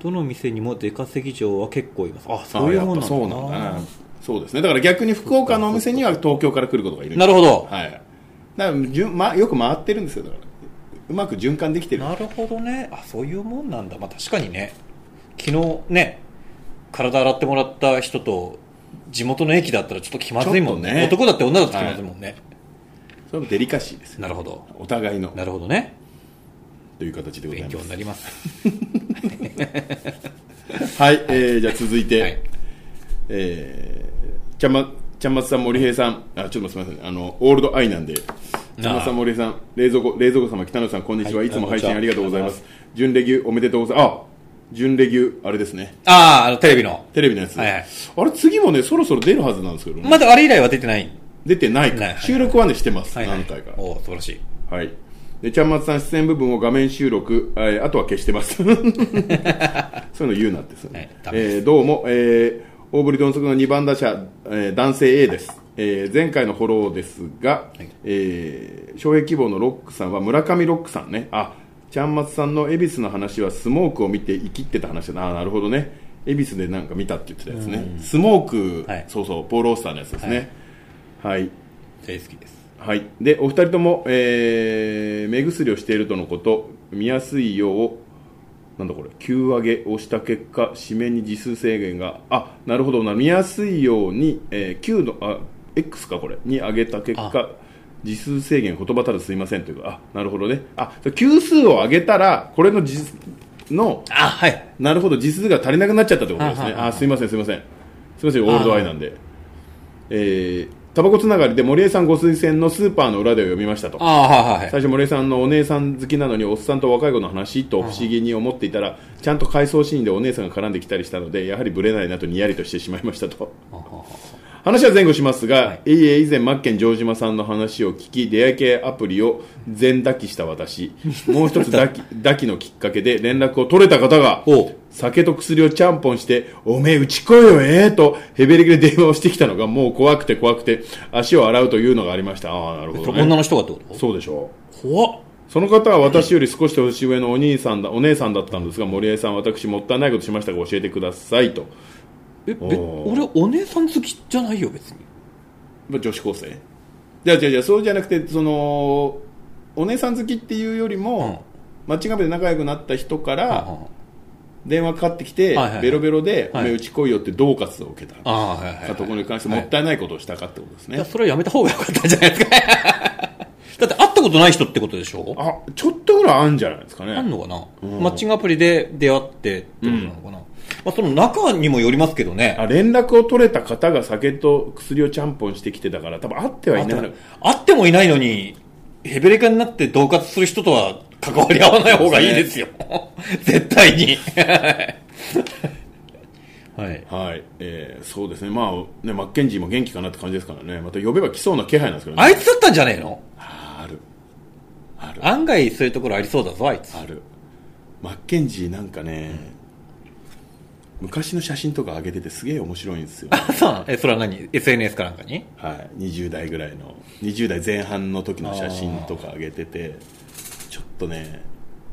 Speaker 2: どの店にも出稼ぎ嬢は結構いますあそういう
Speaker 1: あ
Speaker 2: もん
Speaker 1: やっ
Speaker 2: な
Speaker 1: ぱ
Speaker 2: ん
Speaker 1: そう
Speaker 2: だ
Speaker 1: なんだな。そうですね。だから逆に福岡のお店には東京から来ることがいる。
Speaker 2: なるほど。
Speaker 1: はい。だからじゅん、ま、よく回ってるんですよ。だから。うまく循環できてる。
Speaker 2: なるほどね。あ、そういうもんなんだ。まあ確かにね。昨日ね、体洗ってもらった人と、地元の駅だったらちょっと気まずいもん
Speaker 1: ちょ
Speaker 2: ね。
Speaker 1: っとね
Speaker 2: 男だって女だって気まずいもんね。
Speaker 1: それもデリカシーですよ。
Speaker 2: なるほど。
Speaker 1: お互いの
Speaker 2: なるほどね。
Speaker 1: という形でござい
Speaker 2: 勉
Speaker 1: ま
Speaker 2: 強に
Speaker 1: す。
Speaker 2: なります。
Speaker 1: はい、えー、じゃあ続いて、
Speaker 2: はい。
Speaker 1: えー、ちゃんま、ちゃんまつさん、森平さん、あ、ちょっとすみません、あの、オールドアイなんで、ちゃんまつさん、森平さん、冷蔵庫、冷蔵庫様、北野さん、こんにちは、
Speaker 2: はい
Speaker 1: い、つも配信ありがとうございます。準レギュおめでとうございます。あ、準レギュあれですね、
Speaker 2: ああ、あの、テレビの。
Speaker 1: テレビのやつ。
Speaker 2: はいはい
Speaker 1: あれ、次もね、そろそろ出るはずなんですけどね、
Speaker 2: まだあれ以来は出てない。
Speaker 1: 出てないか
Speaker 2: ないはい
Speaker 1: 収録はね、してます、
Speaker 2: はい、はい。
Speaker 1: 何回か。
Speaker 2: おお素晴らしい。
Speaker 1: はい。で、ちゃんまつさん出演部分を画面収録、えーあとは消して ます。そういうの言うなってさ、
Speaker 2: はいダメで
Speaker 1: えーどうも、えー、大振り鈍足の2番打者、えー男性 A です。えー前回のフォローですが、
Speaker 2: い
Speaker 1: えー、障壁希望のロックさんは村上ロックさんね。あ、ちゃんまつさんの恵比寿の話はスモークを見て生きってた話だな。あーなるほどね。恵比寿でなんか見たって言ってたやつね。スモーク、
Speaker 2: はい
Speaker 1: そうそう、ポール・オースターのやつですね。はい
Speaker 2: 大好きです。
Speaker 1: はい、でお二人とも、えー目薬をしているとのこと見やすいようなんだこれ急上げをした結果締めに時数制限があなるほどな見やすいように、えー、Q のあ X かこれに上げた結果時数制限言葉たるすいませんというかあなるほどねあ級数を上げたらこれの時数の
Speaker 2: あ、はい。
Speaker 1: なるほど、実数が足りなくなっちゃったってことです
Speaker 2: は
Speaker 1: ね。
Speaker 2: いはいはい
Speaker 1: あ、すいません、すいません。すいません、オールドアイなんで。えー、タバコつながりで森江さんご推薦のスーパーの裏でを読みましたと。
Speaker 2: ああ、はいはいはい。
Speaker 1: 最初、森江さんのお姉さん好きなのに、おっさんと若い子の話と不思議に思っていたら、ちゃんと回想シーンでお姉さんが絡んできたりしたので、やはりブレないなとにやりとしてしまいましたと。話は前後しますが、い、いえ以前マッケン城島さんの話を聞き出会い系アプリを全抱きした 私もう一つ抱き抱きのきっかけで連絡を取れた方が
Speaker 2: おう
Speaker 1: 酒と薬をちゃんぽんしておめえうち来いよえーとヘベレケで電話をしてきたのがもう怖くて怖くて足を洗うというのがありましたああなるほ
Speaker 2: そ
Speaker 1: ど、
Speaker 2: れ女
Speaker 1: ね、
Speaker 2: の人がってこと
Speaker 1: そうでしょう
Speaker 2: 怖っ。
Speaker 1: その方は私より少し年上のお兄さんだ、お姉さんだったんですが、森江さん、私もったいないことしましたが教えてくださいと。
Speaker 2: え、べ
Speaker 1: おー
Speaker 2: 俺、お姉さん好きじゃないよ、別に。
Speaker 1: まあ女子高生じゃあじゃあじゃあそうじゃなくてそのお姉さん好きっていうよりも、マッチングアプリで仲良くなった人から
Speaker 2: あ
Speaker 1: 電話かかってきて、
Speaker 2: はいはいはい
Speaker 1: ベロベロで、
Speaker 2: はい
Speaker 1: おめえうち来いよって恫喝を受けた、
Speaker 2: あ、はいはいはい。
Speaker 1: ところに関してもったいないことをしたかってことです
Speaker 2: い
Speaker 1: ね、
Speaker 2: や、それはやめた方が良かったんじゃないですか。 だって会ったことない人ってことでしょ
Speaker 1: あちょっとぐらいあるんじゃないですか
Speaker 2: あん
Speaker 1: ね
Speaker 2: のかな、マッチングアプリで出会ってってことなのかな、まあ、その中にもよりますけどね。
Speaker 1: あ連絡を取れた方が酒と薬をちゃんぽんしてきてたから多分会ってはいないの
Speaker 2: 会ってもいないのに、ヘベレカになって同活する人とは関わり合わない方がいいですよ。 絶対に。 はい。
Speaker 1: はい、えーそうですねまあねマッケンジーも元気かなって感じですからねまた呼べば来そうな気配なんですけどね
Speaker 2: あいつだったんじゃねえの
Speaker 1: あーあるある
Speaker 2: 案外そういうところありそうだぞ、あいつ。
Speaker 1: あるマッケンジーなんかね、昔の写真とか上げててすげえ面白いんですよ、
Speaker 2: あそうなのえ、それは何 ?SNS かなんかに
Speaker 1: はい、20代ぐらいの20代前半の時の写真とか上げててちょっとね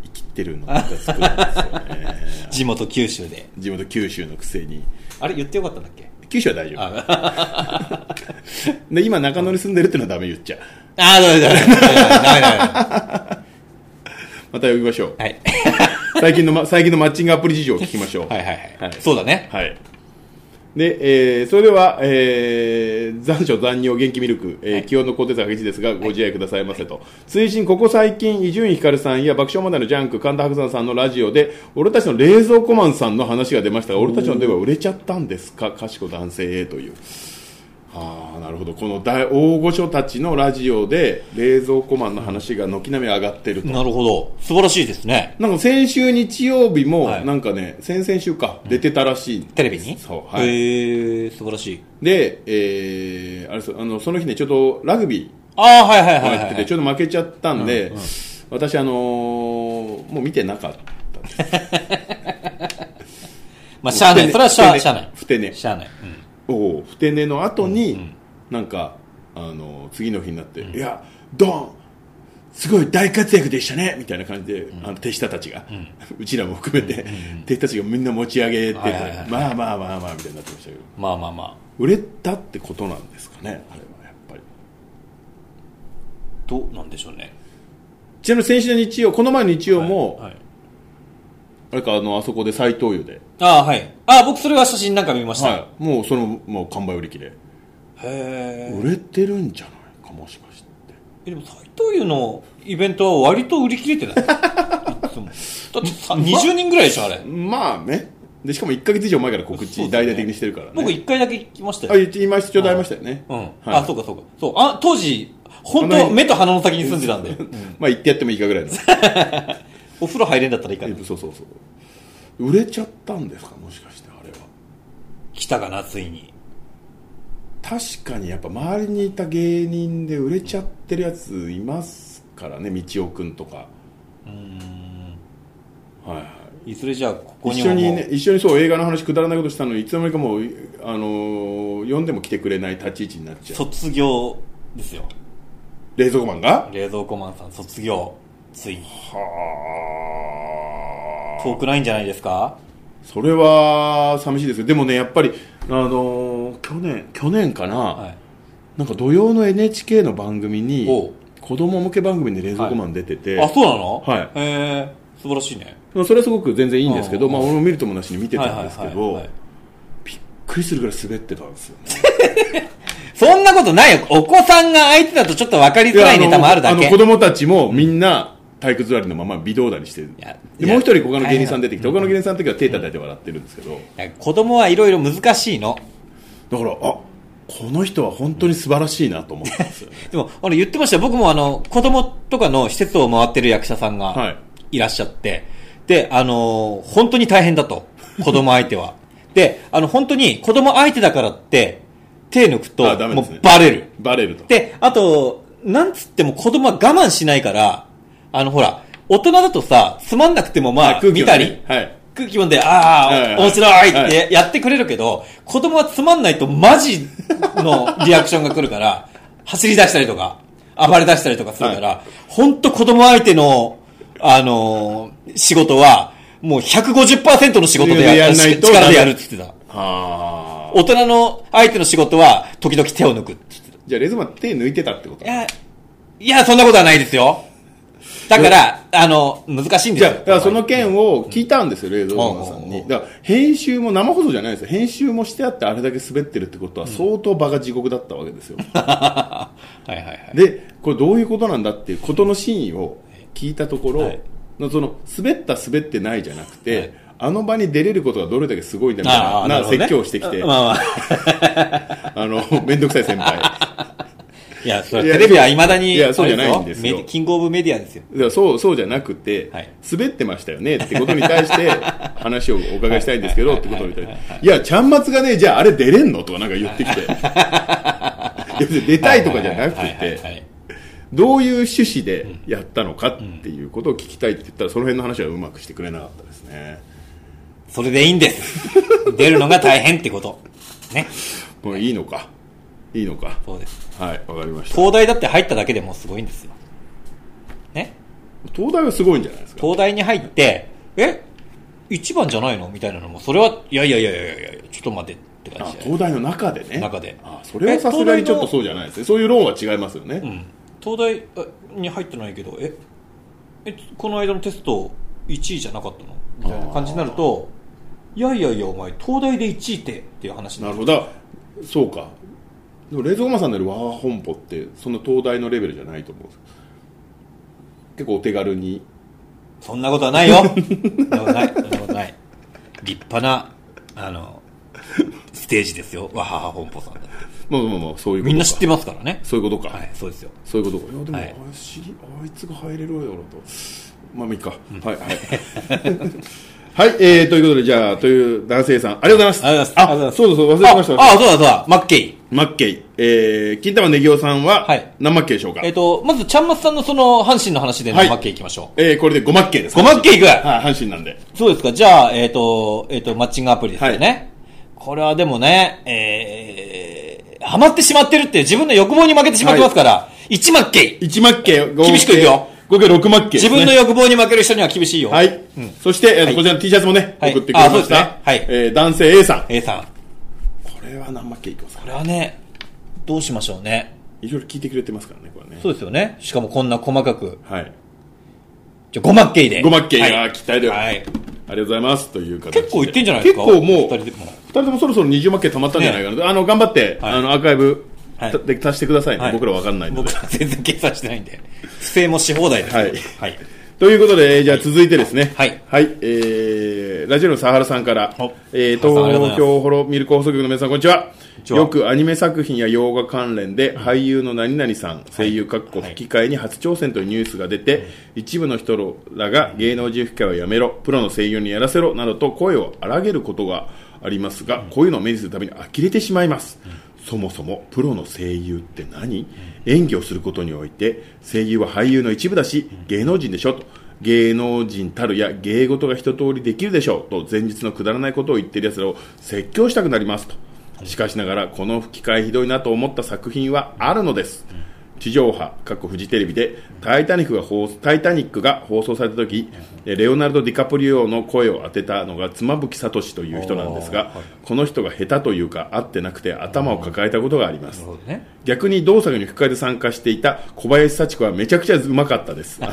Speaker 1: 生きてるのが作るんです よね
Speaker 2: 地元九州で。
Speaker 1: 地元九州のくせに
Speaker 2: あれ言ってよかったんだっけ
Speaker 1: 九州は大丈夫
Speaker 2: あ、
Speaker 1: で今中野に住んでるって いうのはダメ言っちゃう
Speaker 2: あー、ダメダメダメダメダ
Speaker 1: また呼びましょう
Speaker 2: メ。はい。
Speaker 1: 最近のま最近のマッチングアプリ事情を聞きましょう
Speaker 2: はいはいは
Speaker 1: はい
Speaker 2: い。そうだね。
Speaker 1: はい。で、えーそれでは、えー残暑残尿元気ミルク、えー気温の高低差激しいですが、ご自愛くださいませと。追伸、ここ最近、伊集院光さんや爆笑問題のジャンク、神田伯山さんのラジオで、俺たちの冷蔵庫マンさんの話が出ましたが、俺たちの電話売れちゃったんですか、賢男性 A という。ああ、なるほど。この大大御所たちのラジオで、冷蔵庫マンの話が軒並み上がってると。
Speaker 2: なるほど。素晴らしいですね。
Speaker 1: なんか先週日曜日も、
Speaker 2: はい
Speaker 1: なんかね、先々週か、出てたらしい。
Speaker 2: テレビに
Speaker 1: そうはい
Speaker 2: へえ素晴らしい。
Speaker 1: で、えー、あれそうあのその日ね、ちょっとラグビ
Speaker 2: ああ、はいはい
Speaker 1: ーを
Speaker 2: はい
Speaker 1: やっ
Speaker 2: は
Speaker 1: て
Speaker 2: い、
Speaker 1: て、ちょっと負けちゃったんで、
Speaker 2: うんうん
Speaker 1: 私、あのーもう見てなかったです。
Speaker 2: まあ、しゃあない。それはしゃあしゃあない。
Speaker 1: ふてね。
Speaker 2: しゃあない。うん
Speaker 1: おうふてねの後に、なんか、あのー次の日になって、いや、ドンすごい大活躍でしたねみたいな感じで、あの手下たちが、 うちらも含めて、手下たちがみんな持ち上げて、
Speaker 2: はいはいはい
Speaker 1: まあまあまあまあみたいになってましたけど
Speaker 2: まあまあま
Speaker 1: 売れたってことなんですかねあれはやっぱり
Speaker 2: あどうなんでしょうね
Speaker 1: ちなみに先週の日曜この前の日曜も、
Speaker 2: はいはい
Speaker 1: あれかあのあそこで斎藤湯で、
Speaker 2: ああはいああ僕それは写真なんか見ました、
Speaker 1: はい、もうそのもう完売売り切れ、
Speaker 2: へー
Speaker 1: 売れてるんじゃないかもしかして
Speaker 2: えでも斎藤湯のイベントは割と売り切れてないいつもだって さ20人ぐらいでしょあれ
Speaker 1: まあねでしかも1か月以上前から告
Speaker 2: そう
Speaker 1: 知
Speaker 2: ですね
Speaker 1: 大々的にしてるからね
Speaker 2: 僕1回だけ行きました
Speaker 1: あ
Speaker 2: よ、
Speaker 1: 言って今必要でありましたよね、
Speaker 2: うん
Speaker 1: はい
Speaker 2: あそうかそうかそうあ当時本
Speaker 1: あの
Speaker 2: 当目と鼻の先に住んでたんで、
Speaker 1: まあ言ってやってもいいかぐらいの
Speaker 2: お風呂入れんだったらいいかな
Speaker 1: そうそうそう売れちゃったんですかもしかしてあれは
Speaker 2: 来たかなついに
Speaker 1: 確かにやっぱ周りにいた芸人で売れちゃってるやついますからね道夫君とか
Speaker 2: うーん
Speaker 1: はいはい
Speaker 2: いずれじゃあここに
Speaker 1: 一
Speaker 2: も
Speaker 1: 緒
Speaker 2: もう
Speaker 1: にね、一緒にそう映画の話くだらないことしたのにいつの間にかもう、あのー呼んでも来てくれない立ち位置になっちゃう
Speaker 2: 卒業ですよ
Speaker 1: 冷蔵庫マンが
Speaker 2: 冷蔵庫マンさん卒業ついに
Speaker 1: はあ
Speaker 2: 遠くないんじゃないですか
Speaker 1: それは寂しいですよでもねやっぱりあのー去年去年かな、
Speaker 2: はい
Speaker 1: なんか土曜の NHK の番組に
Speaker 2: おう
Speaker 1: 子供向け番組で冷蔵庫マン出てて、
Speaker 2: あそうなの
Speaker 1: はい
Speaker 2: へえ素晴らしいね
Speaker 1: まあそれはすごく全然いいんですけ
Speaker 2: う
Speaker 1: ど、
Speaker 2: ん
Speaker 1: まあ、俺も見るともなしに見て
Speaker 2: はい
Speaker 1: たんですけど
Speaker 2: はいはいはい
Speaker 1: びっくりするぐらい滑ってたんですよね
Speaker 2: そんなことないよお子さんが相手だとちょっと分かりづらいネタもあるだ
Speaker 1: い
Speaker 2: け
Speaker 1: やあのあの子供たちもみんな体育座りのまま微動だにしてる
Speaker 2: や
Speaker 1: で
Speaker 2: いや
Speaker 1: もう一人他の芸人さん出てきて他の芸人さんの時は手叩いて笑ってるんですけど
Speaker 2: いや子供はいろいろ難しいの
Speaker 1: だからあこの人は本当に素晴らしいなと思ったんです よね
Speaker 2: でも俺言ってましたよ僕もあの子供とかの施設を回ってる役者さん
Speaker 1: は
Speaker 2: がいらっしゃって、であのー本当に大変だと子供相手 はであの本当に子供相手だからって手抜くと
Speaker 1: あダメ
Speaker 2: も
Speaker 1: ですね
Speaker 2: うバレる
Speaker 1: バレると
Speaker 2: で、あと、なんつっても子供は我慢しないから、あのほら、大人だとさ、つまんなくてもまあ、
Speaker 1: 空気
Speaker 2: 見
Speaker 1: をね
Speaker 2: たり、
Speaker 1: はい
Speaker 2: 空気読んで、ああ、
Speaker 1: はいはい
Speaker 2: 面白い
Speaker 1: は
Speaker 2: っ
Speaker 1: い
Speaker 2: てやってくれるけど、子供はつまんないとマジのリアクションが来るから、 走り出したりとか、暴れ出したりとかするから、ほんと子供相手の、あのー仕事は、もう150%の仕事で
Speaker 1: や
Speaker 2: や
Speaker 1: んないと
Speaker 2: 力でやるって言ってた。
Speaker 1: はあ
Speaker 2: 大人の相手の仕事は、時々手を抜くって言ってた
Speaker 1: じゃあレズマン手抜いてたってこと
Speaker 2: いや、いや、そんなことはないですよ。だから、あの、難しいんで
Speaker 1: じゃ
Speaker 2: す
Speaker 1: あ
Speaker 2: よ。
Speaker 1: だからその件を聞いたんですよ、冷蔵庫さん
Speaker 2: うん
Speaker 1: に。だから編集も生放送じゃないですよ。編集もしてあってあれだけ滑ってるってことは相当場が地獄だったわけですよ。
Speaker 2: はいはいはい。
Speaker 1: で、これどういうことなんだっていうことの真意を聞いたところ、
Speaker 2: はい
Speaker 1: のその滑った滑ってないじゃなくて、
Speaker 2: はい
Speaker 1: あの場に出れることがどれだけすごいんだみたい
Speaker 2: あ
Speaker 1: な
Speaker 2: あ
Speaker 1: な
Speaker 2: るほどね
Speaker 1: 説教をしてきて、
Speaker 2: まあまあ。
Speaker 1: あの、 めんどくさい先輩。
Speaker 2: いや、それ
Speaker 1: いや
Speaker 2: テレビは未だに、
Speaker 1: いやそうじゃないんですよ
Speaker 2: メディキングオブメディアですよ。
Speaker 1: だからそうそうじゃなくて、
Speaker 2: はい
Speaker 1: 滑ってましたよねってことに対 して話をお伺いしたいんですけど
Speaker 2: は
Speaker 1: っ
Speaker 2: い
Speaker 1: てことに対して、いや、ちゃんまつがね、じゃああれ出れんのとかなんか言 ってきて、いや別に出たいとかじゃなく
Speaker 2: はいはいはいは
Speaker 1: て、
Speaker 2: い
Speaker 1: どういう趣旨でやったのかっていうことを聞きたいって言ったら、その辺の話はうまくしてくれなかったですね。
Speaker 2: それでいい んです。出るのが大変ってこと。ね。
Speaker 1: もういいのか、いいのか、
Speaker 2: そうです。
Speaker 1: はい、わかりました。
Speaker 2: 東大だって入っただけでもうすごいんですよ。ね。
Speaker 1: 東大はすごいんじゃないですか。
Speaker 2: 東大に入って、え一番じゃないのみたいなのも、それは、いやいやいやいやいやいや、ちょっと待てって感
Speaker 1: あ
Speaker 2: じで。
Speaker 1: 東大の中でね。
Speaker 2: 中で
Speaker 1: あそれはさすがにちょっと
Speaker 2: え東大の
Speaker 1: そうじゃないですね。そういう論は違いますよね。
Speaker 2: うん、東大えに入ってないけどええこの間のテスト1位じゃなかったのみたいな感じになるといやいやいやお前東大で1位ってっていう話に
Speaker 1: な
Speaker 2: な
Speaker 1: る
Speaker 2: る
Speaker 1: ほどそうかでも冷蔵庫マンさんのいる和本舗ってその東大のレベルじゃないと思うんです結構お手軽に
Speaker 2: そんなことはないよそんなことないそんなことない立派なあのステージですよわはは本舗さんだって
Speaker 1: まあまあまあそういうことか
Speaker 2: みんな知ってますからね
Speaker 1: そういうことか、
Speaker 2: はいそうですよ
Speaker 1: そういうことかいやでも、
Speaker 2: はい
Speaker 1: あしあいつが入れろよとまあいいか、はい はいはい、えー、ということでじゃあという男性さんありがとうございます
Speaker 2: ありがとうございますありがとうございます
Speaker 1: そうだそうだ忘れてま
Speaker 2: ああ
Speaker 1: した
Speaker 2: そうだそうだマッケイ
Speaker 1: マッケイ、えー、金玉ねぎおさんは
Speaker 2: はい
Speaker 1: 何マッケイでしょうか、
Speaker 2: えっ、とまずちゃんまつさんのその阪神の話で、ね
Speaker 1: はい
Speaker 2: マッケイいきましょ
Speaker 1: えー、これで5マッケイです
Speaker 2: う5マッケイいく
Speaker 1: はい阪神なんで
Speaker 2: そうですか。じゃあ、えっ、と、えっ、と、マッチングアプリですよね。
Speaker 1: は
Speaker 2: これはでもね、えー、ハマってしまってるっていう自分の欲望に負けてしまってますから、 1マッケイ
Speaker 1: 1マッケ合計
Speaker 2: 厳しくいくよ
Speaker 1: 合計6マッケです
Speaker 2: 自
Speaker 1: ね
Speaker 2: 分の欲望に負ける人には厳しいよ。
Speaker 1: はい。そして、えーこちらの T シャツもね、
Speaker 2: はい
Speaker 1: 送ってくれました。
Speaker 2: あそうですね
Speaker 1: えー男性 A さん。こ
Speaker 2: A さん。
Speaker 1: れは何マッケいきますか
Speaker 2: これはね、どうしましょうね。
Speaker 1: いろいろ聞いてくれてますからね、これね。
Speaker 2: そうですよね。しかもこんな細かく。
Speaker 1: はい。
Speaker 2: じゃあ、5マッケイで。
Speaker 1: 5マッケ
Speaker 2: は
Speaker 1: イ
Speaker 2: い
Speaker 1: が期待では、
Speaker 2: は
Speaker 1: あり
Speaker 2: い。
Speaker 1: がとうございます。という形で
Speaker 2: 結構いってんじゃないですか
Speaker 1: 結構もう、
Speaker 2: 二人でも
Speaker 1: 2人ともそろそろ20マッケイ溜まったんじゃないかなと。あの、頑張って、
Speaker 2: はい
Speaker 1: あの、アーカイブ、
Speaker 2: はい
Speaker 1: たで足してくださいね。
Speaker 2: はい
Speaker 1: 僕らわかんないので
Speaker 2: 僕。ら全然計算してないんで。不正もし放題です。
Speaker 1: はい
Speaker 2: はい。
Speaker 1: ということで、えーじゃあ続いてですね。
Speaker 2: はい
Speaker 1: えー、ラジオのサハラさんから
Speaker 2: お、
Speaker 1: えー、
Speaker 2: サハラさんありがとうございます
Speaker 1: 東京ホロミルク放送局の皆さん、こんにちは。
Speaker 2: ちは
Speaker 1: よくアニメ作品や洋画関連で、俳優の何々さん、声優括弧
Speaker 2: はい
Speaker 1: 吹き替えに初挑戦というニュースが出て、一部の人らが芸能人吹き替えをやめろ、プロの声優にやらせろ、などと声を荒げることがありますが、こういうのを目にするたびに呆れてしまいます。そもそもプロの声優って何演技をすることにおいて声優は俳優の一部だし芸能人でしょと芸能人たるや芸事が一通りできるでしょうと前日のくだらないことを言っている奴らを説教したくなりますとしかしながらこの吹き替えひどいなと思った作品はあるのです地上波各フジテレビでタイタニックが放タイタニックが放送された時えレオナルド・ディカプリオの声を当てたのが妻夫木聡という人なんですが、この人が下手というか合ってなくて頭を抱えたことがありま
Speaker 2: な
Speaker 1: す
Speaker 2: るほどね。
Speaker 1: 逆に同作に吹き替えで参加していた小林幸子はめちゃくちゃうまかったですあ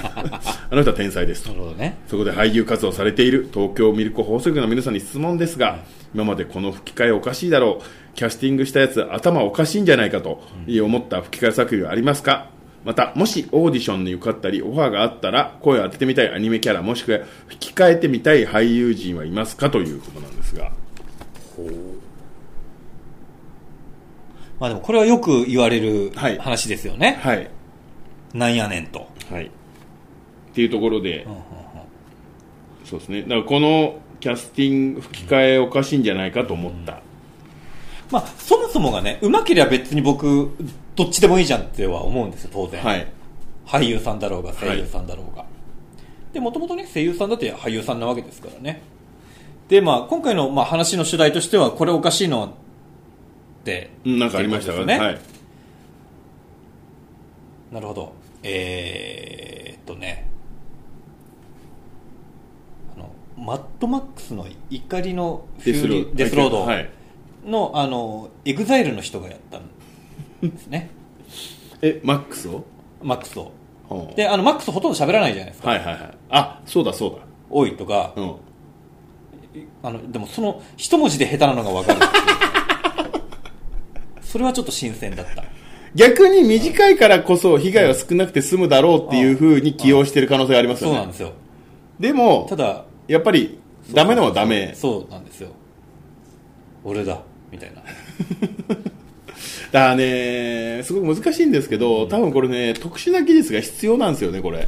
Speaker 1: の人は天才です
Speaker 2: なるほどね。
Speaker 1: そこで俳優活動をされている東京ミルク放送局の皆さんに質問ですが、今までこの吹き替えおかしいだろう、キャスティングしたやつ頭おかしいんじゃないかと思った吹き替え作品はありますかまた、もしオーディションに受かったり、オファーがあったら、声を当ててみたいアニメキャラ、もしくは吹き替えてみたい俳優陣はいますかということなんですが。
Speaker 2: まあでもこれはよく言われる
Speaker 1: はい
Speaker 2: 話ですよね。
Speaker 1: はい。
Speaker 2: なんやねんと。
Speaker 1: はい。っていうところで、そうですね。だからこのキャスティング、吹き替えおかしいんじゃないかと思った。
Speaker 2: まあ、そもそもがね、うまけりゃ別に僕、どっちでもいいじゃんっては思うんですよ、当然。
Speaker 1: はい。
Speaker 2: 俳優さんだろうが、声優さんだろうが。で、もともとね、声優さんだって俳優さんなわけですからね。で、まあ、今回の、まあ、話の主題としては、これおかしいのはって。
Speaker 1: うんなんかありましたから
Speaker 2: って
Speaker 1: ね。
Speaker 2: いうこと
Speaker 1: は
Speaker 2: ですよ
Speaker 1: い。
Speaker 2: なるほど。えーっとね。あの、マッドマックスの怒りのフューリーデスロード。
Speaker 1: はい。
Speaker 2: の、あの、エグザイルの人がやったんですね。
Speaker 1: え、マックスを
Speaker 2: マックスを。
Speaker 1: で
Speaker 2: で、あの、マックスほとんど喋らないじゃないですか。
Speaker 1: はいはいはい。あ、そうだそう
Speaker 2: 多いとか、
Speaker 1: だ。うん。
Speaker 2: あの、でもその、一文字で下手なのがわかるって いう。それはちょっと新鮮だった。
Speaker 1: 逆に短いからこそ被害は少なくて済むだろうっていうふうに起用してる可能性があります
Speaker 2: そう
Speaker 1: よ
Speaker 2: なん
Speaker 1: ね
Speaker 2: で。すよ。
Speaker 1: でも
Speaker 2: た、だ、
Speaker 1: やっぱり、ダメなのはダメ。
Speaker 2: そうなんですよ。俺だ、みたいな。
Speaker 1: だからね、すごく難しいんですけど、多分これね、特殊な技術が必要なんですよね、これ。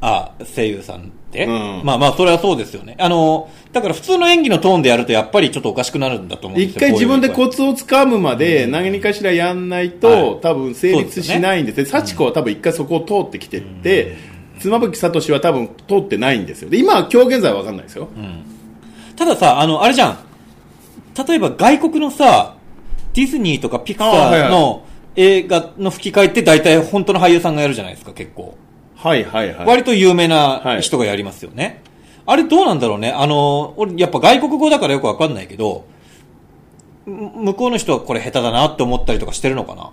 Speaker 2: あ、声優さんって、
Speaker 1: うん
Speaker 2: まあまあ、それはそうですよね。あの、だから普通の演技のトーンでやるとやっぱりちょっとおかしくなるんだと思うんですよ。
Speaker 1: 一回自分で
Speaker 2: こうい
Speaker 1: コツをつかむまで何かしらやんないと、
Speaker 2: はい
Speaker 1: 多分成立しないんですね幸子は多分一回そこを通ってきてて、妻夫木聡は多分通ってないんですよで今は今日現在は分かんないですよ、
Speaker 2: うの。たださ、あの、あれじゃん。例えば外国のさ、ディズニーとかピクサ
Speaker 1: あはいは
Speaker 2: ー
Speaker 1: い
Speaker 2: の映画の吹き替えって大体本当の俳優さんがやるじゃないですか、結構。
Speaker 1: はいはいはい
Speaker 2: 割と有名な
Speaker 1: はい
Speaker 2: 人がやりますよね。あれどうなんだろうね。あの、俺やっぱ外国語だからよくわかんないけど、む向こうの人はこれ下手だなって思ったりとかしてるのかな。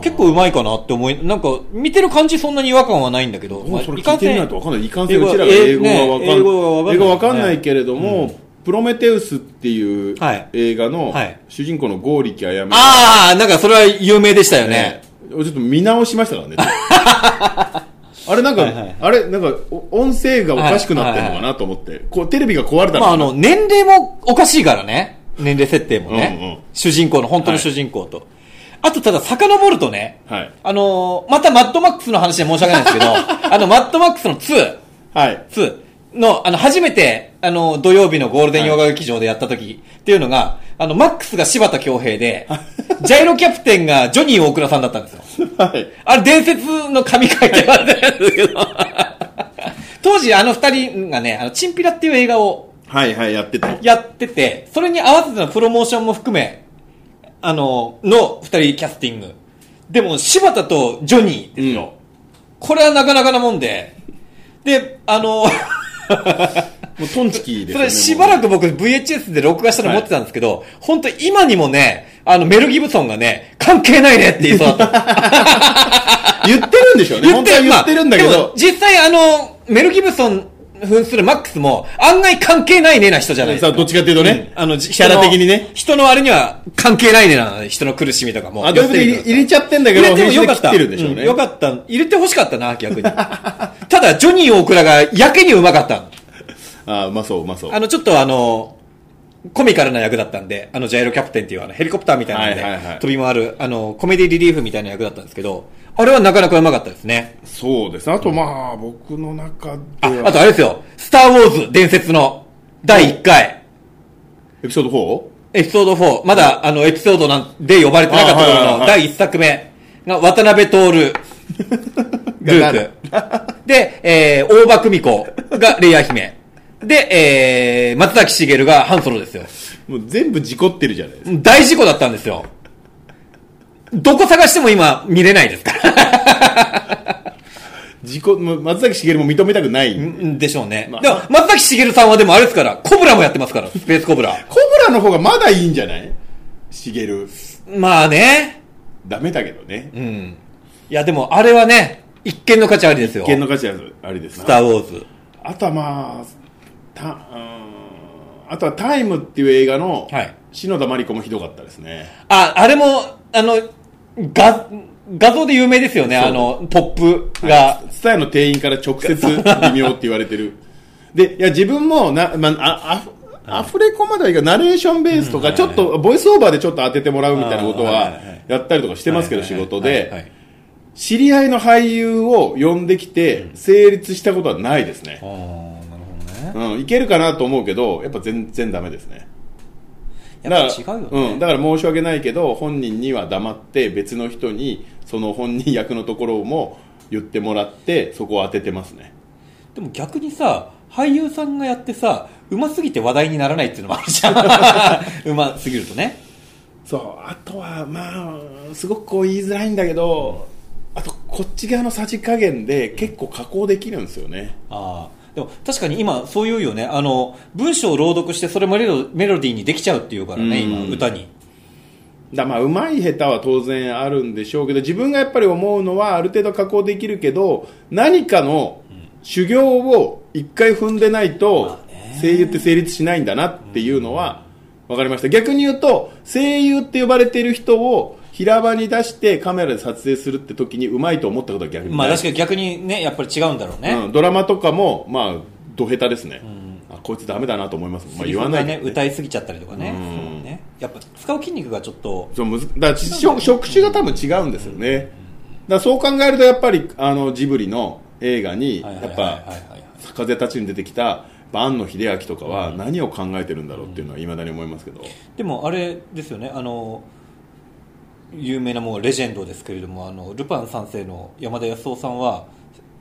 Speaker 2: 結構うまいかなって思い、なんか見てる感じそんなに違和感はないんだけど、
Speaker 1: もうそれ
Speaker 2: いか
Speaker 1: 聞
Speaker 2: ん
Speaker 1: いて
Speaker 2: せ
Speaker 1: み
Speaker 2: ん
Speaker 1: ないと分かんない。いかんせん
Speaker 2: 英語
Speaker 1: うちらが
Speaker 2: え
Speaker 1: 英語が分かんない。
Speaker 2: ね英語が分かんない
Speaker 1: 英語が分かんないけれども、プロメテウスっていう
Speaker 2: はい
Speaker 1: 映画の
Speaker 2: はい
Speaker 1: 主人公の剛力あやめ。
Speaker 2: ああ、なんかそれは有名でしたよね。
Speaker 1: ちょっと見直しましたからね。 あれなんか、
Speaker 2: はいはい
Speaker 1: あれなんか、お音声がおかしくなってるのかなと思って、こうテレビが壊れた
Speaker 2: まああ
Speaker 1: ら、
Speaker 2: の、年齢もおかしいからね。年齢設定もね。
Speaker 1: うんうん
Speaker 2: 主人公の、本当の主人公と。あとただ遡るとね、
Speaker 1: はい
Speaker 2: あのーまたマッドマックスの話で申し訳ないんです けど、あの、マッドマックスの2、
Speaker 1: はい。
Speaker 2: 2の、あの、初めて、あの、土曜日のゴールデン洋画劇場でやった時、っていうのが、あの、マックスが柴田恭 平で、ジャイロキャプテンがジョニー大倉さんだったんですよ。
Speaker 1: はい。
Speaker 2: あれ、伝説の神回って言われてるんです けど、当時あの二人がね、あの、チンピラっていう映画を、
Speaker 1: はいはい、やってた。
Speaker 2: やってて、それに合わせてのプロモーションも含め、あの、の二人キャスティングでも、柴田とジョニーですよ。これはなかなかなもんで。で、あの、
Speaker 1: もうトンチキです
Speaker 2: そ
Speaker 1: よね
Speaker 2: れしば
Speaker 1: く
Speaker 2: らく僕 VHS で録画したの持ってたんですけど、本当今にもね、あのメル・ギブソンがね、関係ないねって言いそうだった。
Speaker 1: 言ってるんでしょうね本当は言ってるんだけ
Speaker 2: まあでも
Speaker 1: ど、
Speaker 2: 実際あの、メル・ギブソン扮するマックスも案外関係ないねな人じゃないです
Speaker 1: さあ
Speaker 2: か。
Speaker 1: どっちかっていうとね、
Speaker 2: あの、キ
Speaker 1: ャラ的にね。
Speaker 2: 人のあれには関係ないねな人の苦しみとかも。
Speaker 1: アドリブで入れ入れちゃってんだけ
Speaker 2: 入
Speaker 1: ど
Speaker 2: れてもよかった。
Speaker 1: 編集で切ってるんでしょうね、
Speaker 2: うんよかった。入れてほしかったな、逆に。 ただ、ジョニー・大倉がやけにうまかった。
Speaker 1: あーうまそううまそう
Speaker 2: あの、ちょっとあの、コミカルな役だったんで、あの、ジャイロキャプテンっていうあの、ヘリコプターみたいなので、
Speaker 1: はいはいはい
Speaker 2: 飛び回る、あの、コメディリリーフみたいな役だったんですけど、あれはなかなかうまかったですね。
Speaker 1: そうですねあとまあ僕の中
Speaker 2: あ
Speaker 1: で、は
Speaker 2: あとあれですよ、スターウォーズ伝説の第1回、
Speaker 1: エピソード 4?
Speaker 2: エピソード4、まだあの、エピソードなんで呼ばれてなかった
Speaker 1: あはいはい
Speaker 2: 頃
Speaker 1: は
Speaker 2: の
Speaker 1: い
Speaker 2: 第1作目が渡 辺徹、ル
Speaker 1: が
Speaker 2: ーク。で、えー、大場久美子がレイヤー姫。で、えー、松崎しげるがハンソロですよ。
Speaker 1: もう全部事故ってるじゃないですか
Speaker 2: 大事故だったんですよ。どこ探しても今見れないです から。
Speaker 1: 事故もう松崎しげるも認めたくないコ
Speaker 2: でしょうね。
Speaker 1: まあ
Speaker 2: でも、松崎しげるさんはでもあれですから、コブラもやってますから、スペースコブラ。
Speaker 1: ブラの方がまだいいんじゃないしげる
Speaker 2: まあね。
Speaker 1: ダメだけどね、
Speaker 2: うん。いや、でもあれはね、一見の価値ありですよ。
Speaker 1: 一見の価値はあれです
Speaker 2: ス
Speaker 1: な
Speaker 2: ターウォーズ。
Speaker 1: あとはまあたうーんあとは「タイムっていう映画の
Speaker 2: はい
Speaker 1: 篠田麻里子もひどかったですね、
Speaker 2: あ、あれも、あの、画、画像で有名ですよね、
Speaker 1: そう
Speaker 2: あの、ポップが。
Speaker 1: スタヤの店員から直 接微妙って言われてるでいや自分もな、まあ、あアフアフレコまではいいかナレーションベースとか、ちょっと、ボイスオーバーでちょっと当ててもらうみたいなこと
Speaker 2: あー
Speaker 1: は
Speaker 2: はいはいはい
Speaker 1: やったりとかしてますけど、仕事
Speaker 2: はいはいは
Speaker 1: で、
Speaker 2: い。
Speaker 1: 知り合いの俳優を呼んできて、成立したことはないですね
Speaker 2: あ。ーなるほどね。
Speaker 1: うん、いけるかなと思うけど、やっぱ全然ダメですね。
Speaker 2: やっぱ違うよね。
Speaker 1: うん、だから申し訳ないけど本人には黙って別の人にその本人役のところも言ってもらってそこを当ててますね
Speaker 2: でも逆にさ、俳優さんがやってさ、うますぎて話題にならないっていうのもあるじゃ ん。うますぎるとね。
Speaker 1: そうあとはまあすごくこう言いづらいんだけどあとこっち側のさじ加減で結構加工できるんですよね
Speaker 2: ああ。でも確かに今そういうよね。あの、文章を朗読してそれもメロメロディーにできちゃうっていうからね、
Speaker 1: うん
Speaker 2: 今、歌に。
Speaker 1: だまあうまい下手は当然あるんでしょうけど自分がやっぱり思うのはある程度加工できるけど何かの修行を一回踏んでないと声優って成立しないんだなっていうのは分かりました逆に言うと声優って呼ばれている人を平場に出してカメラで撮影するって時にうまいと思ったことは逆に
Speaker 2: ま
Speaker 1: な
Speaker 2: あ
Speaker 1: い
Speaker 2: 確かに逆にね、やっぱり違うんだろうね。
Speaker 1: うん、ドラマとかもまあド下手ですね、あこいつダメだなと思います、まあ、言わないけど
Speaker 2: セリフが
Speaker 1: ね
Speaker 2: ね、歌いすぎちゃったりとかね。
Speaker 1: うん
Speaker 2: そうね。やっぱ使う筋肉がちょっと、
Speaker 1: そうむずだから職職種が多分違うんですよね、だからそう考えるとやっぱりあのジブリの映画にや
Speaker 2: はいはいは
Speaker 1: っ
Speaker 2: い
Speaker 1: ぱ
Speaker 2: はいはい
Speaker 1: 「風立ち」に出てきた庵野秀明とかは何を考えてるんだろうっていうのはいまだに思いますけど、
Speaker 2: でもあれですよねあの有名なもうレジェンドですけれどもあのルパン三世の山田康夫さんは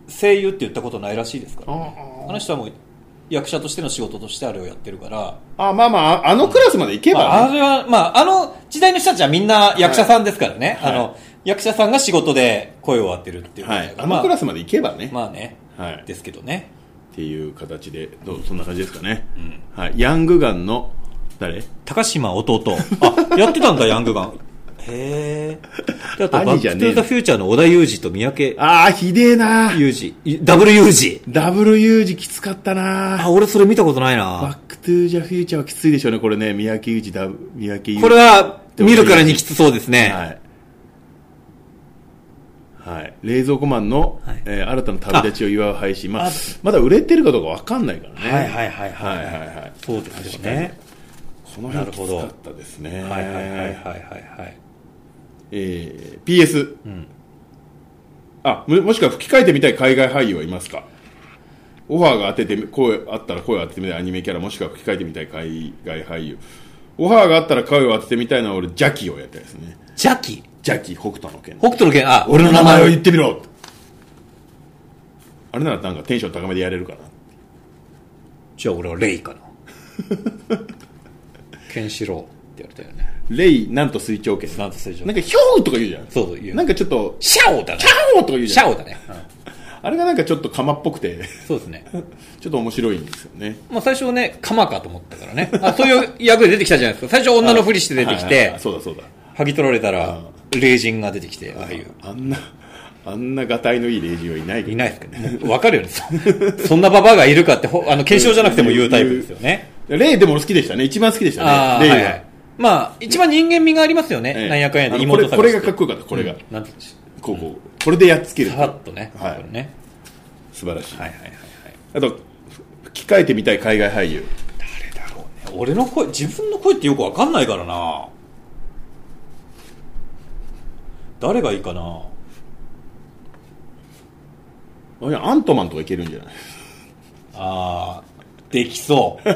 Speaker 2: 声優って言ったことないらしいですから、ね、あの人はもう役者としての仕事としてあれをやってるから、
Speaker 1: あまあまあああのクラスまで行け
Speaker 2: ま
Speaker 1: ば、ね
Speaker 2: あ、あれは、まあ、あの時代の人たちはみんな役者さんですからね、
Speaker 1: はい
Speaker 2: あの役者さんが仕事で声を当てるっていうこと
Speaker 1: は
Speaker 2: だ
Speaker 1: い、
Speaker 2: から
Speaker 1: あのク
Speaker 2: ま
Speaker 1: ラスまで行けばね、
Speaker 2: あ、まあね、
Speaker 1: はい、っ
Speaker 2: ですけどね
Speaker 1: ていう形でどうそんな感じですかね、はい、ヤングガンの誰
Speaker 2: 高島弟あやってたん だヤングガンへえであと「
Speaker 1: 兄
Speaker 2: バッ
Speaker 1: じゃ
Speaker 2: ク・ト
Speaker 1: ねえの
Speaker 2: ゥ・ザ・フューチャー」の織田裕二と三宅
Speaker 1: ああひでえな
Speaker 2: U 字。ダブル U 字。
Speaker 1: ダブル U 字きつかったな
Speaker 2: あ、俺それ見たことない
Speaker 1: バッ
Speaker 2: な。
Speaker 1: クトゥーザフューチャーはきついでしょうね、これね。三宅裕二だ、三宅裕二。
Speaker 2: これは、見るからにきつそうですね。
Speaker 1: はい。はい。冷蔵庫マンの、
Speaker 2: はい
Speaker 1: えー新たな旅立ちを祝う配信。まあ
Speaker 2: あ、
Speaker 1: まだ売れてるかどうかわかんないからね。
Speaker 2: はいはいはい
Speaker 1: は
Speaker 2: はいい
Speaker 1: はいはい。
Speaker 2: そうですよね。
Speaker 1: この
Speaker 2: な
Speaker 1: 辺き
Speaker 2: るほ
Speaker 1: つ
Speaker 2: ど
Speaker 1: かったですね。
Speaker 2: はいはいはいはいはいはい。
Speaker 1: えー、PS。あも、もしくは吹き替えてみたい海外俳優はいますかオファーが当ててみ、声、あったら声を当ててみたいアニメキャラ、もしくは吹き替えてみたい海外俳優。オファーがあったら声を当ててみたいのは俺、ジャキをやりたいですね。
Speaker 2: 邪気
Speaker 1: ジャキ、北斗の拳。
Speaker 2: 北斗の拳、あ、
Speaker 1: 俺
Speaker 2: 俺
Speaker 1: の
Speaker 2: の
Speaker 1: 名
Speaker 2: 名
Speaker 1: 前
Speaker 2: 前
Speaker 1: を
Speaker 2: を
Speaker 1: 言ってみろあれならなんかテンション高めでやれるかな。
Speaker 2: じゃあ俺はレイかな。ケンシロウって言われたよね。
Speaker 1: レイなんと水長剣
Speaker 2: なんと水上
Speaker 1: なんかヒョウとか言うじゃん
Speaker 2: そうそう言う
Speaker 1: なんかちょっと
Speaker 2: シャオだね
Speaker 1: キャオとか言うじ
Speaker 2: シ
Speaker 1: ゃん
Speaker 2: ャオだね、
Speaker 1: あれがなんかちょっと釜っぽくて
Speaker 2: そうですね
Speaker 1: ちょっと面白いんですよね
Speaker 2: まあ最初ね鎌かと思ったからねあそういう役で出てきたじゃないですか最初女のふりして出てき
Speaker 1: はいはい
Speaker 2: て
Speaker 1: はいそうだそうだ
Speaker 2: 剥ぎ取られたら霊人が出てきてああいう
Speaker 1: あんなあんながたいのいいレイジはいない
Speaker 2: いないですけどねわかるよねそ そんなババアがいるかってほあの検証じゃなくても言うタイプですよね
Speaker 1: レイでも俺好きでしたね一番好きでした
Speaker 2: ああ
Speaker 1: ねレイ
Speaker 2: は
Speaker 1: はい
Speaker 2: はいまあ一番人間味がありますよね、
Speaker 1: ええ
Speaker 2: なんやかんや
Speaker 1: あ
Speaker 2: で
Speaker 1: のこ
Speaker 2: 妹
Speaker 1: れ
Speaker 2: さ
Speaker 1: これがかっこよかったこれが、
Speaker 2: なんて言うんでしょ
Speaker 1: こうこうこれでやっつけ
Speaker 2: う
Speaker 1: る
Speaker 2: さらっとね,、
Speaker 1: はい
Speaker 2: これね
Speaker 1: 素晴らしい
Speaker 2: はいはいはいはい
Speaker 1: あと吹き替えてみたい海外俳優
Speaker 2: 誰だろうね俺の声自分の声ってよくわかんないからな誰がいいかな
Speaker 1: あいやアントマンとかいけるんじゃない
Speaker 2: あーできそう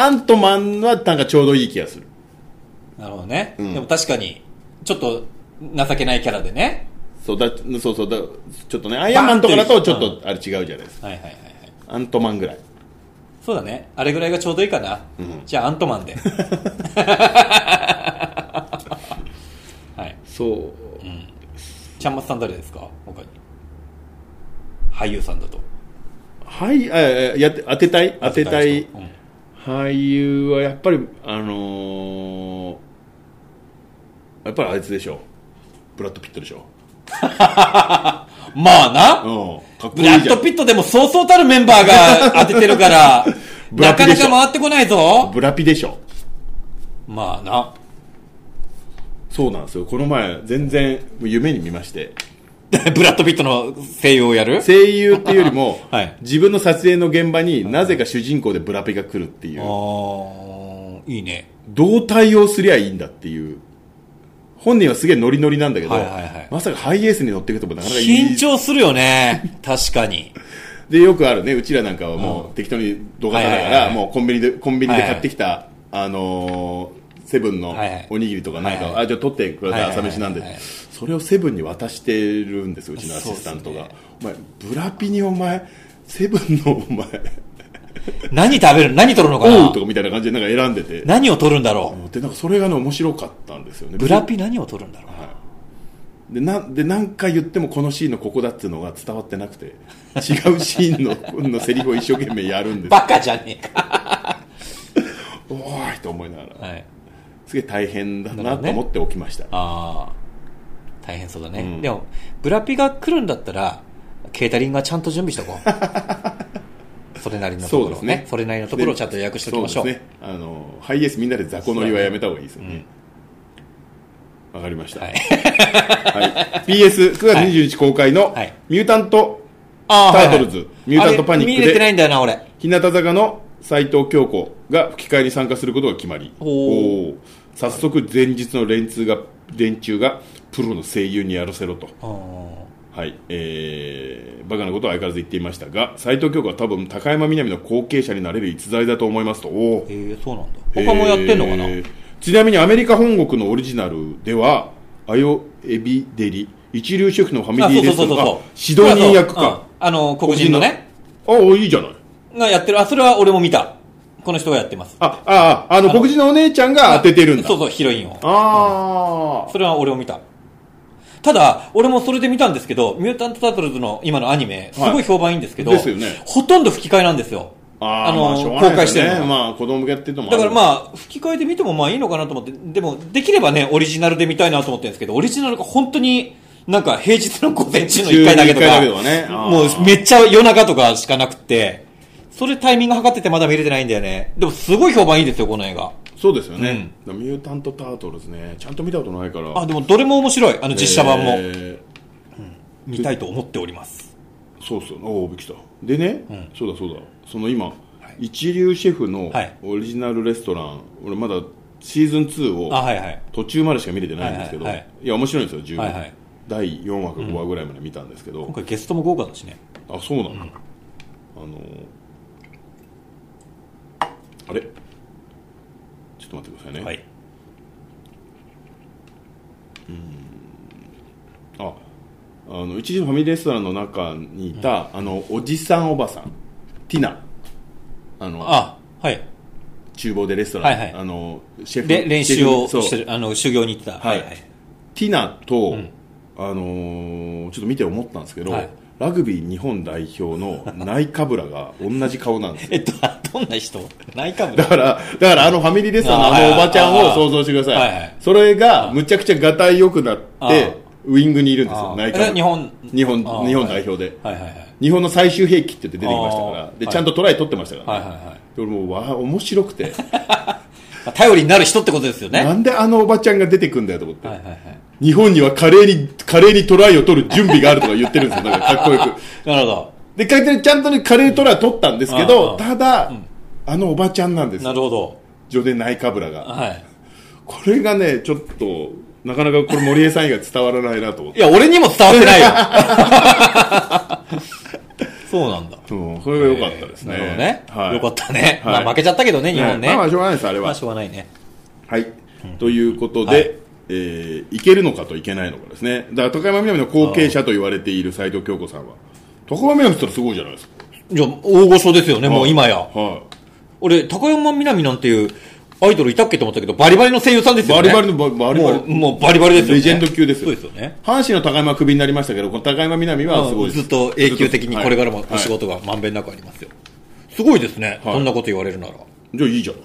Speaker 1: アントマンはなんかちょうどいい気がする
Speaker 2: なるほどね、でも確かにちょっと情けないキャラでね
Speaker 1: そうだそうそうだちょっとねアイアンマンとかだとちょっとあれ違うじゃないですか
Speaker 2: はいはいはいはい
Speaker 1: アントマンぐらい
Speaker 2: そうだねあれぐらいがちょうどいいかな、じゃあアントマンではい
Speaker 1: そう
Speaker 2: ちゃんまつさん誰ですか他に俳優さんだと
Speaker 1: はいあやって当てたい当てたい
Speaker 2: 人うん
Speaker 1: 俳優はやっぱりあのーやっぱりあいつでしょブラッド・ピットでしょ
Speaker 2: まあな、
Speaker 1: うんかっこい
Speaker 2: ブ
Speaker 1: いじゃ
Speaker 2: ラ
Speaker 1: ん
Speaker 2: ッド・ピットでもそうそうたるメンバーが当ててるから、
Speaker 1: ブラ
Speaker 2: な
Speaker 1: ピ
Speaker 2: か
Speaker 1: で
Speaker 2: な
Speaker 1: しょ
Speaker 2: か回ってこないぞ。
Speaker 1: ブラピでしょ
Speaker 2: まあな。
Speaker 1: そうなんですよこの前全然夢に見まして
Speaker 2: ブラッド・ピットの声優をやる
Speaker 1: 声優っていうよりも、
Speaker 2: はい
Speaker 1: 自分の撮影の現場になぜか主人公でブラピが来るっていう
Speaker 2: あーいいね。
Speaker 1: どう対応すりゃいいんだっていう本人はすげえノリノリなんだけど、
Speaker 2: はいはいはい
Speaker 1: まさかハイエースに乗っていくともなかなかいい
Speaker 2: 緊張するよね。確かに。
Speaker 1: でよくあるねうちらなんかはもう適当にどかさな
Speaker 2: は
Speaker 1: が
Speaker 2: いはいはい
Speaker 1: らもうコンビニでコンビニで買ってきたあのーセブンの
Speaker 2: はいはい
Speaker 1: おにぎりとかなん
Speaker 2: はい
Speaker 1: か
Speaker 2: はい
Speaker 1: あじゃあ取ってください
Speaker 2: はいはい
Speaker 1: 朝
Speaker 2: はい
Speaker 1: 飯なんで
Speaker 2: はい
Speaker 1: それをセブンに渡してるんですようちのアシスタントが
Speaker 2: そう
Speaker 1: お前
Speaker 2: で
Speaker 1: ブラピにお前セブンのお前
Speaker 2: 何食べる何取るのか
Speaker 1: オウ
Speaker 2: な
Speaker 1: とかみたいな感じでなんか選んでて
Speaker 2: 何を取るんだろ
Speaker 1: でなんかそれがね面白かったんですよね
Speaker 2: う。ブラピ何を取るんだろう。
Speaker 1: でなで何回言ってもこのシーンのここだっていうのが伝わってなくて違うシーンのこの セリフを一生懸命やるんです
Speaker 2: バカじゃねえか。
Speaker 1: おーいと思いながら
Speaker 2: はい。
Speaker 1: すげえ大変だ
Speaker 2: なる
Speaker 1: な
Speaker 2: ほど
Speaker 1: と
Speaker 2: ね
Speaker 1: 思っておきました、
Speaker 2: ああ大変そうだね、
Speaker 1: うん
Speaker 2: でもブラピが来るんだったらケータリングはちゃんと準備しとこ うそれなりのところ
Speaker 1: そう
Speaker 2: を
Speaker 1: です
Speaker 2: ね
Speaker 1: ね
Speaker 2: それなりのところをちゃんと予約しておきましょう
Speaker 1: そうですねあのハイエースみんなで雑魚乗りはやめた方がいいですよねわ、かりました、
Speaker 2: はい
Speaker 1: PS9 月22日公開の
Speaker 2: はい
Speaker 1: 「ミュータント
Speaker 2: あー
Speaker 1: タートルズミュータントパニック
Speaker 2: あれ
Speaker 1: で
Speaker 2: 見れてないんだよな俺
Speaker 1: 日向坂の斉藤京子が吹き替えに参加することが決まり
Speaker 2: おー
Speaker 1: おー早速前日の連通が連中がプロの声優にやらせろとはいえー、バカなことは相変わらず言っていましたが斉藤京子は多分高山みなみの後継者になれる逸材だと思いますとおー
Speaker 2: ええそうなんだ他もやってんのかな、
Speaker 1: えーちなみにアメリカ本国のオリジナルではアヨエビデリ一流シェフのファミ
Speaker 2: あそ
Speaker 1: リー
Speaker 2: う
Speaker 1: レ
Speaker 2: そう
Speaker 1: スト
Speaker 2: そう
Speaker 1: ラン
Speaker 2: そ
Speaker 1: あ
Speaker 2: う
Speaker 1: 指導人役か
Speaker 2: うんあの黒人のね
Speaker 1: ああいいじゃない
Speaker 2: がやってるあそれは俺も見たこの人がやってます
Speaker 1: ああああの黒人のお姉ちゃんが当ててるんだ
Speaker 2: そうそうヒロインを
Speaker 1: ああ、
Speaker 2: それは俺を見た。ただ、俺もそれで見たんですけど、ミュータント・タートルズの今のアニメ、す
Speaker 1: はい
Speaker 2: ごい評判いいんですけど、
Speaker 1: ですよね
Speaker 2: ほとんど吹き替えなんですよ。
Speaker 1: あーまあしょうが
Speaker 2: 公
Speaker 1: ない
Speaker 2: 開
Speaker 1: で
Speaker 2: し
Speaker 1: す
Speaker 2: てるの
Speaker 1: ね
Speaker 2: が。
Speaker 1: まあ子供向けっていうのもあ
Speaker 2: だ
Speaker 1: る
Speaker 2: からまあ、吹き替えで見てもまあいいのかなと思って、でも、できればね、オリジナルで見たいなと思ってるんですけど、オリジナルが本当に、なんか平日の午前中の1回だけと
Speaker 1: 週に一回だ
Speaker 2: か、
Speaker 1: けとかねあー
Speaker 2: もうめっちゃ夜中とかしかなくて、それタイミング測っててまだ見れてないんだよね。でもすごい評判いいですよ、この映画。
Speaker 1: そうですよね、ミュータント・タートルズねちゃんと見たことないから
Speaker 2: あ、でもどれも面白い。あの実写版も。
Speaker 1: え
Speaker 2: 見たいと思っております。
Speaker 1: ーそうそうおおびっくりしたでね、
Speaker 2: ん
Speaker 1: そうだそうだその今、一流シェフの
Speaker 2: はい
Speaker 1: オリジナルレストラン、俺まだシーズン2を
Speaker 2: あ、はいはい。
Speaker 1: 途中までしか見れてないんですけど、
Speaker 2: はい
Speaker 1: い
Speaker 2: はいは
Speaker 1: や面白いんですよ十分、
Speaker 2: はいはい
Speaker 1: 第4話か5話ぐらいまで見たんですけど、
Speaker 2: 今回ゲストも豪華だしね。
Speaker 1: あそうなの、あのあれちょっと待ってくださいね、
Speaker 2: はい。
Speaker 1: ああの一時のファミリーレストランの中にいた、あのおじさんおばさんティナあの
Speaker 2: あ、はい。
Speaker 1: 厨房でレストラン、
Speaker 2: はいはい
Speaker 1: あのシェフ
Speaker 2: で練習を
Speaker 1: シェフ
Speaker 2: してるあの修行に行ってた、
Speaker 1: はいティナと、
Speaker 2: ん
Speaker 1: あのーちょっと見て思ったんですけど、
Speaker 2: はい
Speaker 1: ラグビー日本代表 のナイカブラが同じ顔なんですよ
Speaker 2: えっとあどんな人内科部
Speaker 1: だから、だからあのファミリーレストランのあのおばちゃんを想像してください。
Speaker 2: はいはい
Speaker 1: それが、むちゃくちゃがたい良くなっ
Speaker 2: あー
Speaker 1: て、ウイングにいるんです
Speaker 2: あ
Speaker 1: よ、
Speaker 2: ー
Speaker 1: 内角
Speaker 2: え日本
Speaker 1: 日本、
Speaker 2: あー
Speaker 1: 日本代表で。
Speaker 2: はいはいはい
Speaker 1: 日本の最終兵器って言って出てきましたから、
Speaker 2: あー
Speaker 1: で、
Speaker 2: はい
Speaker 1: ちゃんとトライ取ってましたから、
Speaker 2: はいはいはい
Speaker 1: で俺もう、わあ、面白くて、
Speaker 2: まあ頼りになる人ってことですよね
Speaker 1: なんであのおばちゃんが出てくんだよと思って、
Speaker 2: はいはいはい
Speaker 1: 日本には華麗に、華麗にトライを取る準備があるとか言ってるんですよ、だからかっこよく。
Speaker 2: なるほど
Speaker 1: で、かいてちゃんとね、華麗トライを取ったんですけど、
Speaker 2: あー
Speaker 1: ただ、あのおばちゃんなんです
Speaker 2: な
Speaker 1: よ、
Speaker 2: るほど
Speaker 1: ジョデン・ナイカブラが。
Speaker 2: はい
Speaker 1: これがね、ちょっと、なかなかこれ森江さん以外伝わらないなと思っ
Speaker 2: いや俺にも伝わってないよ そうなんだ
Speaker 1: て。うん、それが良かったですね。
Speaker 2: なるほどね、
Speaker 1: はい。
Speaker 2: よかったね、
Speaker 1: はい
Speaker 2: まあ負けちゃったけどね日本ね
Speaker 1: まあまあしょうがないです、あれ
Speaker 2: まあ
Speaker 1: は
Speaker 2: し。ょうがないね
Speaker 1: はい。ということで、
Speaker 2: はい
Speaker 1: えーいけるのかといけないのかですね。だから、高山みなみの後継者と言われている斎藤京子さんは、高山みなみって言ったらすごいじゃないですか。
Speaker 2: いや大御所ですよね、もう今や
Speaker 1: は
Speaker 2: 俺高山みなみなんていうアイドルいたっけと思ったけどバリバリの声優さんで
Speaker 1: い。
Speaker 2: す
Speaker 1: バ
Speaker 2: よね
Speaker 1: リバリの、ババリバリ
Speaker 2: もうもうバリバリですよね
Speaker 1: レジェンド級ですよ
Speaker 2: そうですよね
Speaker 1: 阪神の高山はクビになりましたけど、この高山みなみはすごいです
Speaker 2: ずっと永久的にこれからもお仕
Speaker 1: はい
Speaker 2: 事がまんべんなくありますよ、すごいですね、
Speaker 1: はい
Speaker 2: そんなこと言われるなら
Speaker 1: じゃあいいじゃん。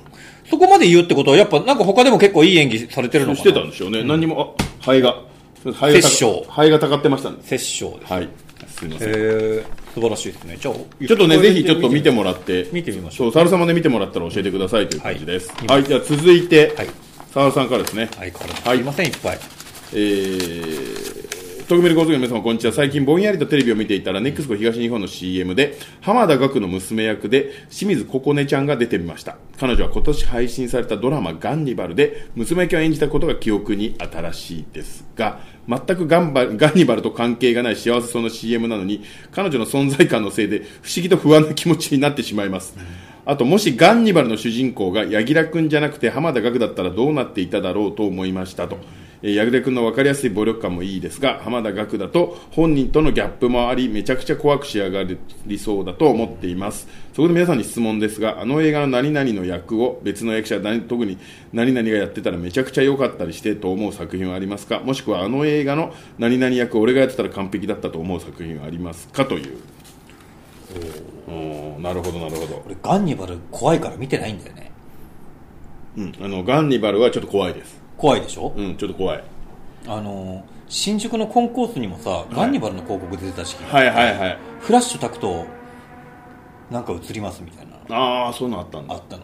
Speaker 2: そこまで言うってことはやっぱなんか他でも結構いい演技されてるのか
Speaker 1: し
Speaker 2: な
Speaker 1: てたんでしょうね、何にもあ肺が肺が
Speaker 2: 殺生
Speaker 1: 肺がたかってましたんです
Speaker 2: 殺生です
Speaker 1: はいすいません
Speaker 2: へえ素晴らしいですねじゃあ
Speaker 1: ちょっとねぜひちょっと見てもらって
Speaker 2: 見てみまし
Speaker 1: そうサル様で見てもらったら教えてくださいという感じです
Speaker 2: は
Speaker 1: はいい、じゃあ続いて、
Speaker 2: はい
Speaker 1: サルさんからですね、
Speaker 2: はいこれ
Speaker 1: はい
Speaker 2: すいませんいっぱい
Speaker 1: えー、徳光高速の皆様こんにちは最近ぼんやりとテレビを見ていたらネクスコ東日本の CM で浜田岳の娘役で清水ここねちゃんが出てみました彼女は今年配信されたドラマ「ガンニバル」で娘役を演じたことが記憶に新しいですが全くガンバガンニバルと関係がない幸せそうな CM なのに彼女の存在感のせいで不思議と不安な気持ちになってしまいます、あともしガンニバルの主人公が柳楽君じゃなくて浜田岳だったらどうなっていただろうと思いましたと、えー、柳楽君の分かりやすい暴力感もいいですが浜田岳だと本人とのギャップもありめちゃくちゃ怖く仕上がりそうだと思っていますそこで皆さんに質問ですがあの映画の何々の役を別の役者何特に何々がやってたらめちゃくちゃ良かったりしてと思う作品はありますかもしくはあの映画の何々役を俺がやってたら完璧だったと思う作品はありますかというおーなるほどなるほど
Speaker 2: 俺ガンニバル怖いから見てないんだよね
Speaker 1: うん、あのガンニバルはちょっと怖いです。
Speaker 2: 怖いでしょ、
Speaker 1: うん、ちょっと怖い。
Speaker 2: あのー新宿のコンコースにもさガンニバルの広告出てたし、
Speaker 1: はいはいはい。
Speaker 2: フラッシュ焚くとなんか映りますみたいな
Speaker 1: ああ、そういうのあったんだ。
Speaker 2: あ
Speaker 1: あ
Speaker 2: ったの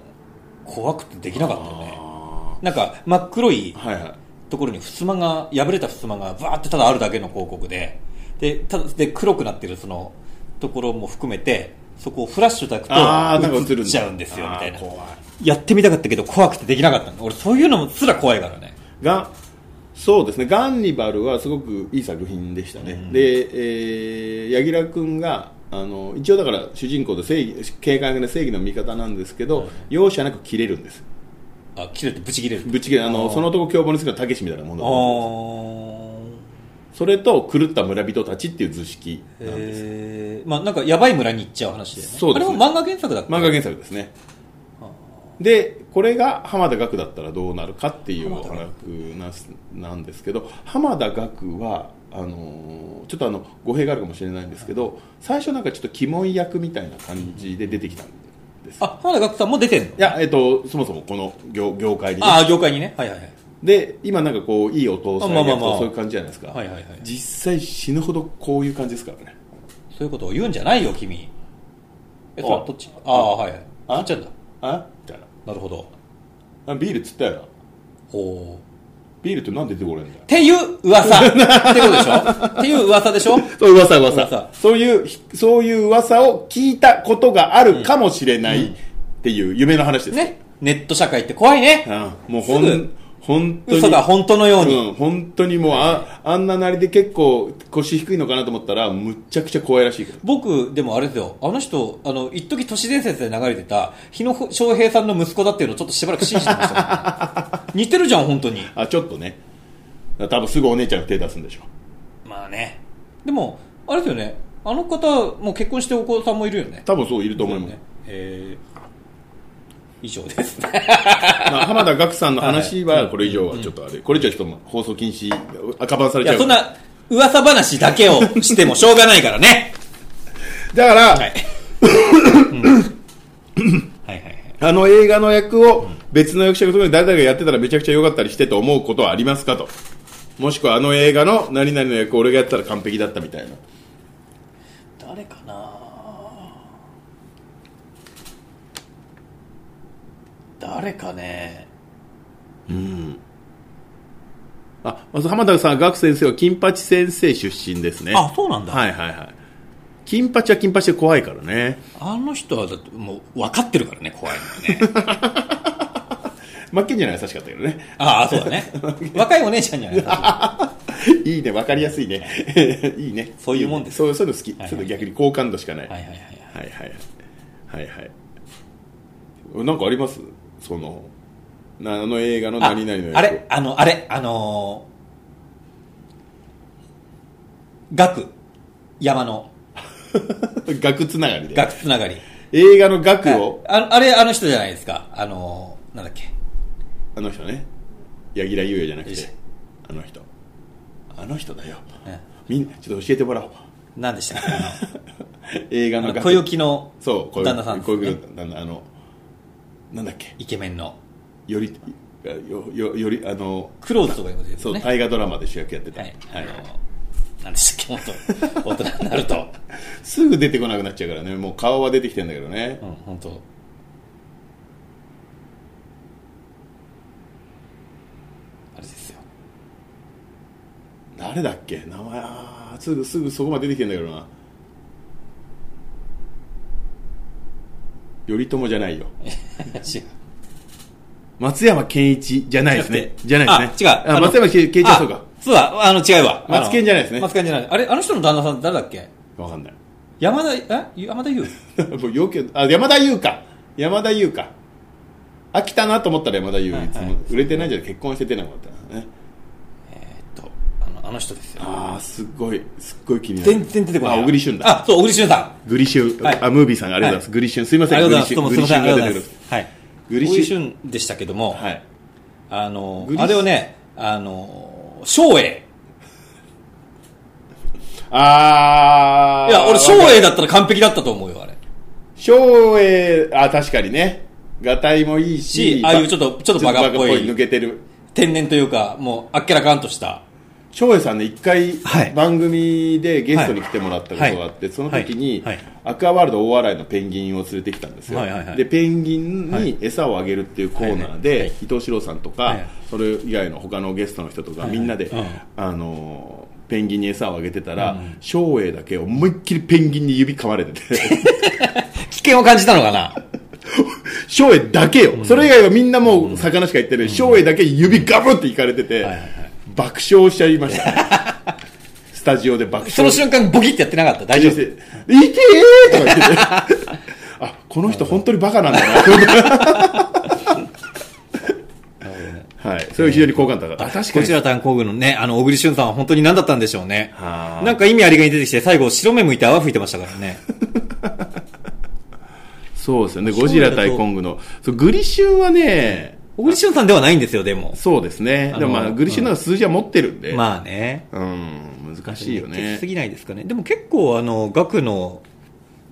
Speaker 2: 怖くてできなかったよね
Speaker 1: あ
Speaker 2: なんか真っ黒い
Speaker 1: ーはいはい。
Speaker 2: ところに襖が破れた襖がバーってただあるだけの広告ででただで黒くなってるそのところも含めてそこをフラッシュ焚
Speaker 1: ああ、なん
Speaker 2: く
Speaker 1: か
Speaker 2: と
Speaker 1: 映
Speaker 2: 映
Speaker 1: る
Speaker 2: っちゃうんですよみたいな
Speaker 1: あー怖い。
Speaker 2: やってみたかったけど怖くてできなかったの俺そういうのもすら怖いからね
Speaker 1: が、そうですね、ガンニバルはすごくいい作品でしたね。で、えー、柳楽君が、あの一応だから主人公で正義警官が正義の味方なんですけど、容赦なく切れるんです
Speaker 2: あ切れてブチ切れる
Speaker 1: ぶっち切れあの
Speaker 2: あー
Speaker 1: その男凶暴にするのはたけしみたいなも
Speaker 2: あ
Speaker 1: の
Speaker 2: ー
Speaker 1: ですそれと狂った村人たちっていう図式なんです
Speaker 2: えー、まあなんかやばい村に行っちゃう話でね
Speaker 1: そうですね
Speaker 2: あれも漫画原作だっけ
Speaker 1: 漫画原作ですねでこれが浜田岳だったらどうなるかっていうお話なんすなんですけど浜田岳はあのーちょっとあの語弊があるかもしれないんですけど、最初なんかちょっと鬼門役みたいな感じで出てきたんです、
Speaker 2: あ浜田岳さんも出てんの
Speaker 1: いや、えっと、そもそもこの業業界にね、
Speaker 2: ああ業界にねはいはいはい
Speaker 1: で今なんかこういいお父さん
Speaker 2: あまあ
Speaker 1: 役
Speaker 2: まあ
Speaker 1: と
Speaker 2: まあ
Speaker 1: そういう感じじゃないですか、
Speaker 2: はいはいはい
Speaker 1: 実際死ぬほどこういう感じですからね
Speaker 2: そういうことを言うんじゃないよ、君。え、それ
Speaker 1: あ
Speaker 2: どっちああ、はい。
Speaker 1: あ
Speaker 2: あっちゃんだ。
Speaker 1: あみたいな
Speaker 2: なるほど。
Speaker 1: あビールっつったよな
Speaker 2: ほう。
Speaker 1: ビールってなんで出てこれんだよ
Speaker 2: っていう 噂ってことでしょっていう噂でしょ
Speaker 1: そう、噂、噂。
Speaker 2: 噂
Speaker 1: そういうひ、そういう噂を聞いたことがあるかもしれないっていう夢の話です。
Speaker 2: ね。ネット社会って怖いね。
Speaker 1: ああもうほ
Speaker 2: す
Speaker 1: ん
Speaker 2: ぐ、
Speaker 1: 本当に。
Speaker 2: 嘘が本当のように。
Speaker 1: うん、本当にもう、あ、あんななりで結構腰低いのかなと思ったら、むっちゃくちゃ怖いらしいけど。
Speaker 2: 僕、でもあれですよ。あの人、あの、一時都市伝説で流れてた、日野翔平さんの息子だっていうのをちょっとしばらく信じてました もんね似てるじゃん、本当に。
Speaker 1: あ、ちょっとね。多分すぐお姉ちゃんが手出すんでしょ。
Speaker 2: まあね。でも、あれですよね。あの方、もう結婚してお子さんもいるよね。
Speaker 1: 多分そういると思います。
Speaker 2: ね。え以上 ですね
Speaker 1: まあ、浜田岳さんの話はこれ以上はちょっとあれ、これ以上はちょっと放送禁止赤バンされ
Speaker 2: い
Speaker 1: ちゃ
Speaker 2: や
Speaker 1: う
Speaker 2: そんな噂話だけをしてもしょうがないからね
Speaker 1: だから、
Speaker 2: はい、 はいはいはい
Speaker 1: あの映画の役を別の役者が特に誰々がやってたらめちゃくちゃ良かったりしてと思うことはありますかともしくはあの映画の何々の役を俺がやったら完璧だったみたいな
Speaker 2: 誰かな誰かね
Speaker 1: あまず浜田さん岳先生は金八先生出身ですね
Speaker 2: あそうなんだ
Speaker 1: はいはいはい金八は金八で怖いからね
Speaker 2: あの人はだってもう分かってるからね怖いのね
Speaker 1: 真剣じゃない優しかったけどね
Speaker 2: ああそうだ ね若いお姉ちゃんじゃない
Speaker 1: いいね分かりやすいね いいね
Speaker 2: そういうもんです
Speaker 1: そうそういうの好き、
Speaker 2: はいはい
Speaker 1: そういうの逆に好感度しかない、
Speaker 2: はいはいはいはい
Speaker 1: はいはいはいはいはいなんかありますそのなあの映画の何々の役
Speaker 2: ああれあのあれあのー、学山の
Speaker 1: 学つながりで
Speaker 2: 学つながり
Speaker 1: 映画の学を
Speaker 2: ああれあの人じゃないですかあのー、なんだっけ
Speaker 1: あの人ね柳楽優弥じゃなく
Speaker 2: よいして
Speaker 1: あの人あの人だよ
Speaker 2: う
Speaker 1: みんなちょっと教えてもらおう
Speaker 2: ん何でしたっけあ
Speaker 1: 映画
Speaker 2: のあ
Speaker 1: の
Speaker 2: の
Speaker 1: 学
Speaker 2: 小雪の
Speaker 1: そう小雪
Speaker 2: 旦那さんです
Speaker 1: 小
Speaker 2: ね
Speaker 1: 雪の旦那あのなんだっけ
Speaker 2: イケメンの
Speaker 1: よりよよよりあの
Speaker 2: クローズとかいうことです
Speaker 1: そ
Speaker 2: よ
Speaker 1: う、
Speaker 2: ね
Speaker 1: 大河ドラマで主役やってた、
Speaker 2: はいあの何でしたっけ本当大人になると
Speaker 1: すぐ出てこなくなっちゃうからねもう顔は出てきてんだけどね、
Speaker 2: うん本当あれですよ
Speaker 1: 誰だっけ名前あーすぐすぐそこまで出てきてんだけどな頼朝じゃないよ
Speaker 2: 違う
Speaker 1: 松山ケンイチじゃないですねじゃないですね
Speaker 2: あ違
Speaker 1: あ
Speaker 2: うあの
Speaker 1: 松山ケンイチはそうか
Speaker 2: あそうだ、あの、違うわ。
Speaker 1: マツケンじゃないですね
Speaker 2: あのマツケンじゃない。あれ、あの人の旦那さん誰だっけ
Speaker 1: わかんない
Speaker 2: 山田、え山田優
Speaker 1: もう要件あ山田優か山田優か飽きたなと思ったら山田優、
Speaker 2: はい
Speaker 1: いつ
Speaker 2: はい
Speaker 1: も売れてないじゃん結婚して出なかったからね
Speaker 2: えーっと、あの、あの人ですよ。
Speaker 1: ああすっごいすっごい気になる
Speaker 2: 全然出てこない。
Speaker 1: あ小栗旬だ
Speaker 2: あ、そう、小栗旬さん。
Speaker 1: グリシュン、
Speaker 2: はい
Speaker 1: あムービーさんありがとうございます、グリシュンすいません
Speaker 2: ありがとうございま
Speaker 1: グリシ
Speaker 2: す。
Speaker 1: ュ
Speaker 2: どう
Speaker 1: ン
Speaker 2: も
Speaker 1: グ
Speaker 2: すみ
Speaker 1: リ
Speaker 2: ま
Speaker 1: シ
Speaker 2: せん、
Speaker 1: ュ
Speaker 2: あ
Speaker 1: ン
Speaker 2: り
Speaker 1: が
Speaker 2: がと
Speaker 1: 出てくるグリシュ
Speaker 2: うございます。はい。小栗旬でしたけども、
Speaker 1: はい
Speaker 2: あの
Speaker 1: グリ、シ
Speaker 2: あれをね、あの、松栄。
Speaker 1: あー
Speaker 2: いや、俺、松栄だったら完璧だったと思うよ、あれ。
Speaker 1: 照英あ確かにねがたいもいいし
Speaker 2: しああいうちょっとちょっとバカっぽい
Speaker 1: 抜けてる
Speaker 2: 天然というか、もう、あっけらかんとした。
Speaker 1: 照英さんね一回
Speaker 2: はい
Speaker 1: 番組でゲストに来てもらったことがあって、
Speaker 2: はい
Speaker 1: その時に、
Speaker 2: はいはい
Speaker 1: アクアワールド大洗のペンギンを連れてきたんですよ、
Speaker 2: はいはいはい
Speaker 1: でペンギン
Speaker 2: は
Speaker 1: に
Speaker 2: い
Speaker 1: 餌をあげるっていうコーナー
Speaker 2: はいは
Speaker 1: で
Speaker 2: いはい
Speaker 1: 伊藤四郎さんとか、
Speaker 2: はいはい
Speaker 1: それ以外の他のゲストの人とか、
Speaker 2: はいはい
Speaker 1: みんなで、
Speaker 2: うん
Speaker 1: あのーペンギンに餌をあげてたら照英、だけ思いっきりペンギンに指噛まれてて
Speaker 2: 危険を感じたのか な
Speaker 1: 照英だけよ、それ以外はみんなもう魚しか言ってない照英、だけ指ガブっていかれてて、
Speaker 2: はいはいはい
Speaker 1: 爆笑しちゃいましたね スタジオで爆笑
Speaker 2: その瞬間、ボキってやってなかった。大丈夫
Speaker 1: して「いけー!」とか言って てあこの人本当にバカなんだなと思ってはいそれは非常に好感度が高かった
Speaker 2: こちら炭鉱軍のね、あの、小栗旬さんは本当に何だったんでしょうね。
Speaker 1: はあ
Speaker 2: なんか意味ありげに出てきて、最後白目向いて泡吹いてましたから ね。
Speaker 1: そうですよねゴジラ対コングのそうグリシュンはね
Speaker 2: 小栗旬さんではないんですよ、でも。
Speaker 1: そうですね
Speaker 2: あの
Speaker 1: でもまあグリシュンの方が数字は持ってるんで、
Speaker 2: まあね。
Speaker 1: うん難しいよ
Speaker 2: 熱血
Speaker 1: ね
Speaker 2: すぎないですかね。でも結構、あの、学の、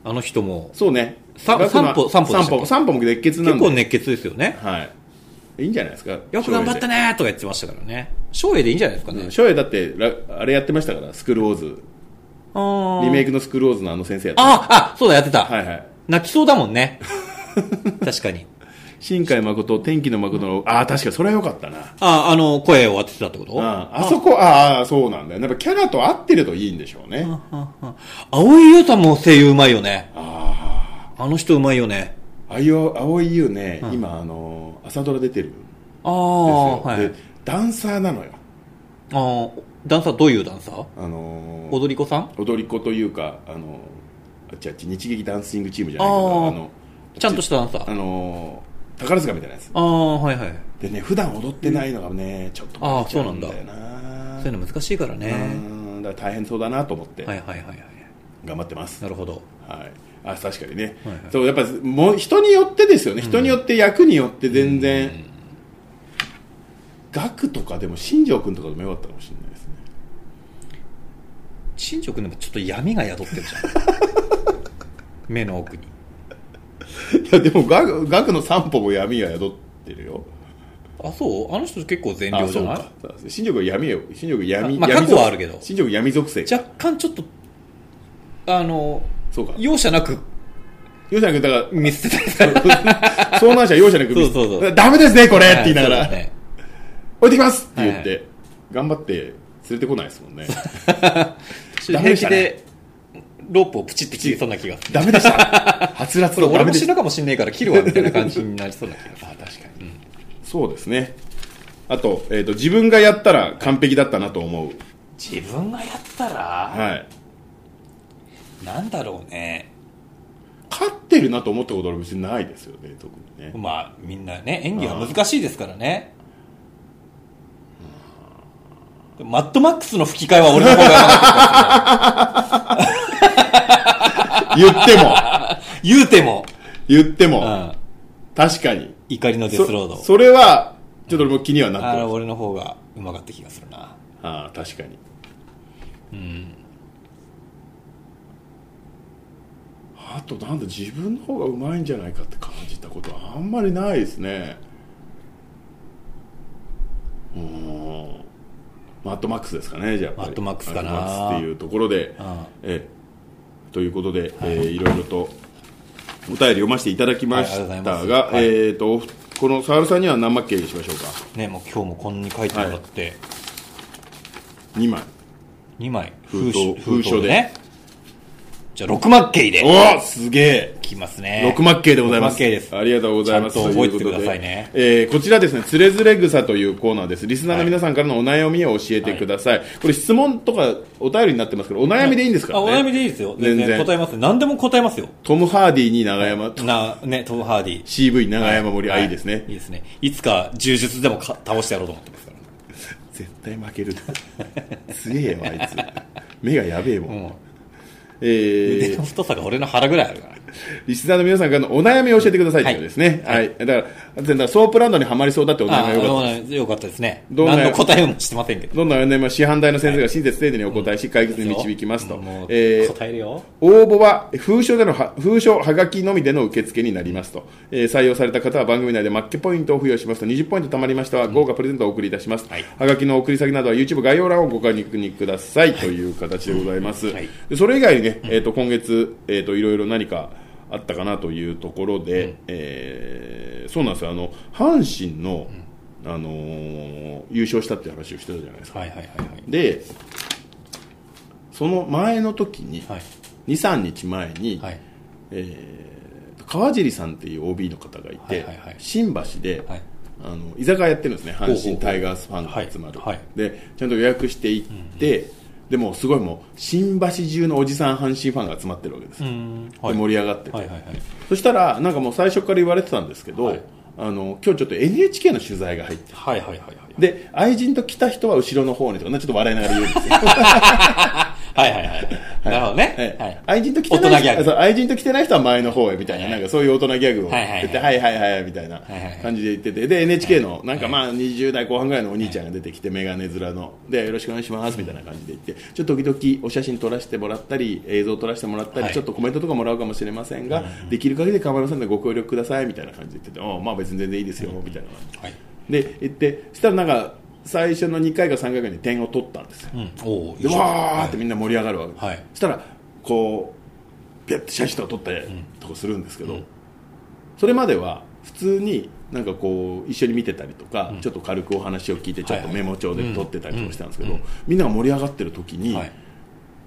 Speaker 2: あの人も、
Speaker 1: そうね
Speaker 2: さ
Speaker 1: 学の
Speaker 2: 散歩散歩でしたっけ
Speaker 1: 散歩も熱血な
Speaker 2: 結
Speaker 1: ん
Speaker 2: 構
Speaker 1: で
Speaker 2: 熱血ですよね。
Speaker 1: はいいいんじゃないですか
Speaker 2: よく頑張ったねーとか言ってましたからね。松栄でいいんじゃないですかね。
Speaker 1: 翔英だってラあれやってましたからスクールウォーズ
Speaker 2: あー
Speaker 1: リメイクのスクールウォーズのあの先生やってまし
Speaker 2: あ、あ、そうだ、やって
Speaker 1: たは
Speaker 2: た。
Speaker 1: いはい
Speaker 2: 泣きそうだも んね。確かに。
Speaker 1: 新海誠、天気の誠の、ああ、確かにそれは良かったな。
Speaker 2: あ、あの、声を当ててたってこと
Speaker 1: ああそこ、ああ、そうなんだよ。やっぱキャラと合ってるといいんでしょうね。
Speaker 2: 青井優太も声優うまいよね。
Speaker 1: あ
Speaker 2: あの人うまいよね。
Speaker 1: あ、あいお、青い優ね、今、あの、朝ドラ出てるんです
Speaker 2: あ
Speaker 1: よ。
Speaker 2: あ、はい
Speaker 1: で。、ダンサーなのよ。
Speaker 2: ああ、ダンサーどういうダンサー
Speaker 1: あのー
Speaker 2: 踊り子さん
Speaker 1: 踊り子というか、あの、あっちあっち、日劇ダンシングチームじゃないけど、
Speaker 2: あ
Speaker 1: あ
Speaker 2: あ
Speaker 1: の、
Speaker 2: ちゃんとしたダンサ
Speaker 1: あ
Speaker 2: ー。
Speaker 1: のー、宝塚みたいなやつ。
Speaker 2: ああ、はいはい。
Speaker 1: でね、普段踊ってないのがね、ちょっと
Speaker 2: ああ
Speaker 1: 見ちゃだよ
Speaker 2: そ
Speaker 1: な
Speaker 2: ういうの難しいからね。
Speaker 1: うんだから大変そうだなと思って、
Speaker 2: はいはいはいはい。
Speaker 1: 頑張ってます。
Speaker 2: なるほど。
Speaker 1: はい、あ確かにね、
Speaker 2: はいはい
Speaker 1: そうやっぱもう人によってですよね人によって役によって全然、額とかでも新庄君とかでもよかったかもしれないですね
Speaker 2: 新庄君でもちょっと闇が宿ってるじ ゃん目の奥に
Speaker 1: いやでも額額の三歩も闇が宿ってるよ
Speaker 2: あそうあの人結構善
Speaker 1: あ
Speaker 2: 良じゃ
Speaker 1: そう
Speaker 2: ない
Speaker 1: か新庄君は闇よ新庄君闇、
Speaker 2: あまあ
Speaker 1: 闇
Speaker 2: 過去はあるけど
Speaker 1: 新庄君闇属性
Speaker 2: 若干ちょっとあの
Speaker 1: そうか
Speaker 2: 容赦なく
Speaker 1: 容赦なくだか
Speaker 2: 見捨てたり
Speaker 1: ら遭難者容赦なく
Speaker 2: そうそうそう
Speaker 1: ダメですねこれって言いながら、
Speaker 2: はいそうだね
Speaker 1: 置いてきますって言って、
Speaker 2: はい
Speaker 1: 頑張って連れてこないですもんねダメで
Speaker 2: 平
Speaker 1: し
Speaker 2: 気
Speaker 1: たね
Speaker 2: でロープをプチって切りそうな気がする
Speaker 1: ダメでしたはつらつ
Speaker 2: これ
Speaker 1: のダ
Speaker 2: 俺
Speaker 1: メ
Speaker 2: も
Speaker 1: で
Speaker 2: 死
Speaker 1: した
Speaker 2: ぬかもしんねえから切るわみたいな感じになりそうな気がする
Speaker 1: あ確かに、そうですねあと,、えー、と自分がやったら完璧だったなと思う
Speaker 2: 自分がやったら
Speaker 1: はい
Speaker 2: なんだろうね
Speaker 1: 勝ってるなと思ったことは別にないですよね特にね
Speaker 2: まあみんなね演技は難しいですからねマッドマックスの吹き替えは俺の方が上手かっ
Speaker 1: 言っ
Speaker 2: た
Speaker 1: ても
Speaker 2: 言うても、
Speaker 1: 言っても、
Speaker 2: うん、
Speaker 1: 確かに
Speaker 2: 怒りのデス
Speaker 1: そ
Speaker 2: ロード
Speaker 1: それはちょっと俺も気にはな
Speaker 2: あ
Speaker 1: って
Speaker 2: れ
Speaker 1: ます
Speaker 2: 俺の方がうまかった気がするな
Speaker 1: ああ確かに
Speaker 2: うん
Speaker 1: あとなんだ自分の方がうまいんじゃないかって感じたことはあんまりないですねうーんマットマックスですかねじゃあやっぱり
Speaker 2: マッドマックスかな
Speaker 1: マッドマックスっていうところで
Speaker 2: うん
Speaker 1: ええということで、えーいろいろとお便り読ませていただきまし
Speaker 2: はいあり
Speaker 1: た
Speaker 2: がとうござ
Speaker 1: が、
Speaker 2: います
Speaker 1: えー、とこの沢田さんには何マッケにしましょうか
Speaker 2: ねもう今日もこんなに書いてもらって、
Speaker 1: 2枚
Speaker 2: 2枚
Speaker 1: 封筒
Speaker 2: 封
Speaker 1: 封
Speaker 2: 筒
Speaker 1: 筒
Speaker 2: で
Speaker 1: で
Speaker 2: ねじゃあ6マッケイで
Speaker 1: おおすげえ
Speaker 2: いきますね
Speaker 1: 六マッケイでございます。
Speaker 2: 六マッケイです
Speaker 1: ありがとうございます。
Speaker 2: ちゃんと覚えてて
Speaker 1: とうことで
Speaker 2: くださいね
Speaker 1: えーこちらですね、つれづれ草というコーナーです。リスナーの皆さんからのお悩みを教えてください。これ質問とかお便りになってますけど、お悩みでいいんですから
Speaker 2: あ
Speaker 1: ね。
Speaker 2: お悩みでいいですよ全然
Speaker 1: 全然
Speaker 2: 答えます何でも答えますよ
Speaker 1: トム・ハーディに長山、
Speaker 2: なねトム・ハーディ
Speaker 1: CV 長山森、あ、いいです
Speaker 2: はい
Speaker 1: ね
Speaker 2: い。ですねいつか柔術でもか倒してやろうと思ってますから
Speaker 1: 絶対負ける。強えよ、あいつ。目がやべえもん。
Speaker 2: うん
Speaker 1: え
Speaker 2: 腕
Speaker 1: ー
Speaker 2: の太さが俺の腹ぐらいあるから
Speaker 1: リスナーの皆さんからのお悩みを教えてくださいということですね。はい。だから、だからソープランドにはまりそうだってお
Speaker 2: あ
Speaker 1: 悩みがよかった
Speaker 2: あのよかったですね
Speaker 1: どうな
Speaker 2: 何の答えもしてませんけど
Speaker 1: どんなお悩みも師範大の先生が親切丁寧にお答えし、解決に導きますと
Speaker 2: もう、。
Speaker 1: えー
Speaker 2: 答えるよ
Speaker 1: 応募は封書でのは封書はがきのみでの受付になりますと、えー採用された方は番組内でマッケポイントを付与しますと20ポイント貯まりましたは豪華プレゼントをお送りいたします、
Speaker 2: はい
Speaker 1: はがきの送り先などは YouTube 概要欄をご確認くださいという形でございます、
Speaker 2: はい
Speaker 1: でそれ以外にね、えー、と今月、えー、といろいろ何かあったかなというところで、えーそうなんですよあの阪神の、あのー優勝したっていう話をしてたじゃないですか
Speaker 2: はいはいはいはい
Speaker 1: でその前の時に、
Speaker 2: はい
Speaker 1: 23日前に、
Speaker 2: はい
Speaker 1: えー川尻さんっていう OB の方がいて、
Speaker 2: はいはいはい
Speaker 1: 新橋で、
Speaker 2: はい
Speaker 1: あの居酒屋やってるんですね阪神タイガースファンが集まる、
Speaker 2: はいはい
Speaker 1: でちゃんと予約して行って、でもうすごいもう新橋中のおじさん阪神ファンが集まってるわけです、
Speaker 2: う
Speaker 1: よ
Speaker 2: ん
Speaker 1: で盛り上がってて、
Speaker 2: はいはいはい
Speaker 1: そしたらなんかもう最初から言われてたんですけど、
Speaker 2: はい
Speaker 1: あの今日ちょっと NHK の取材が入って
Speaker 2: はいはいはいはい
Speaker 1: で愛人と来た人は後ろの方にとかねちょっと笑いながら言うんですよ
Speaker 2: はいはいはいなるほどね
Speaker 1: は
Speaker 2: はいい、
Speaker 1: 愛人と来てな
Speaker 2: 大人
Speaker 1: い
Speaker 2: ギャグ
Speaker 1: 人そう愛人と来てない人は前の方へみたいな、
Speaker 2: はいはい
Speaker 1: なんかそういう大人ギャグを
Speaker 2: はいはい
Speaker 1: 言って、はいはいはい、みたいない
Speaker 2: はい
Speaker 1: 感じで言ってて、で、NHK の、なんかまあ20代後半ぐらいのお兄ちゃんが出てきて、メガネ面の、で、よろしくお願いします、みたいな感じで言って、ちょっと時々お写真撮らせてもらったり、映像撮らせてもらったり、
Speaker 2: はい
Speaker 1: ちょっとコメントとかもらうかもしれませんが、できる限り構いませんのでご協力ください、みたいな感じで言ってて、おうまあ別に全然いいですよ、みたいな感じ
Speaker 2: はい
Speaker 1: で。で、言って、そしたらなんか、最初の2回か3回ぐらいに点を取ったんですよ。
Speaker 2: うん、おお
Speaker 1: でわーってみんな盛り上がるわけ、
Speaker 2: はい
Speaker 1: そしたらこうピャッて写真とか撮ったりとかするんですけど、それまでは普通になんかこう一緒に見てたりとか、ちょっと軽くお話を聞いてちょっとメモ帳で撮ってたりとかしてたんですけど、みんなが盛り上がってる時に、
Speaker 2: はい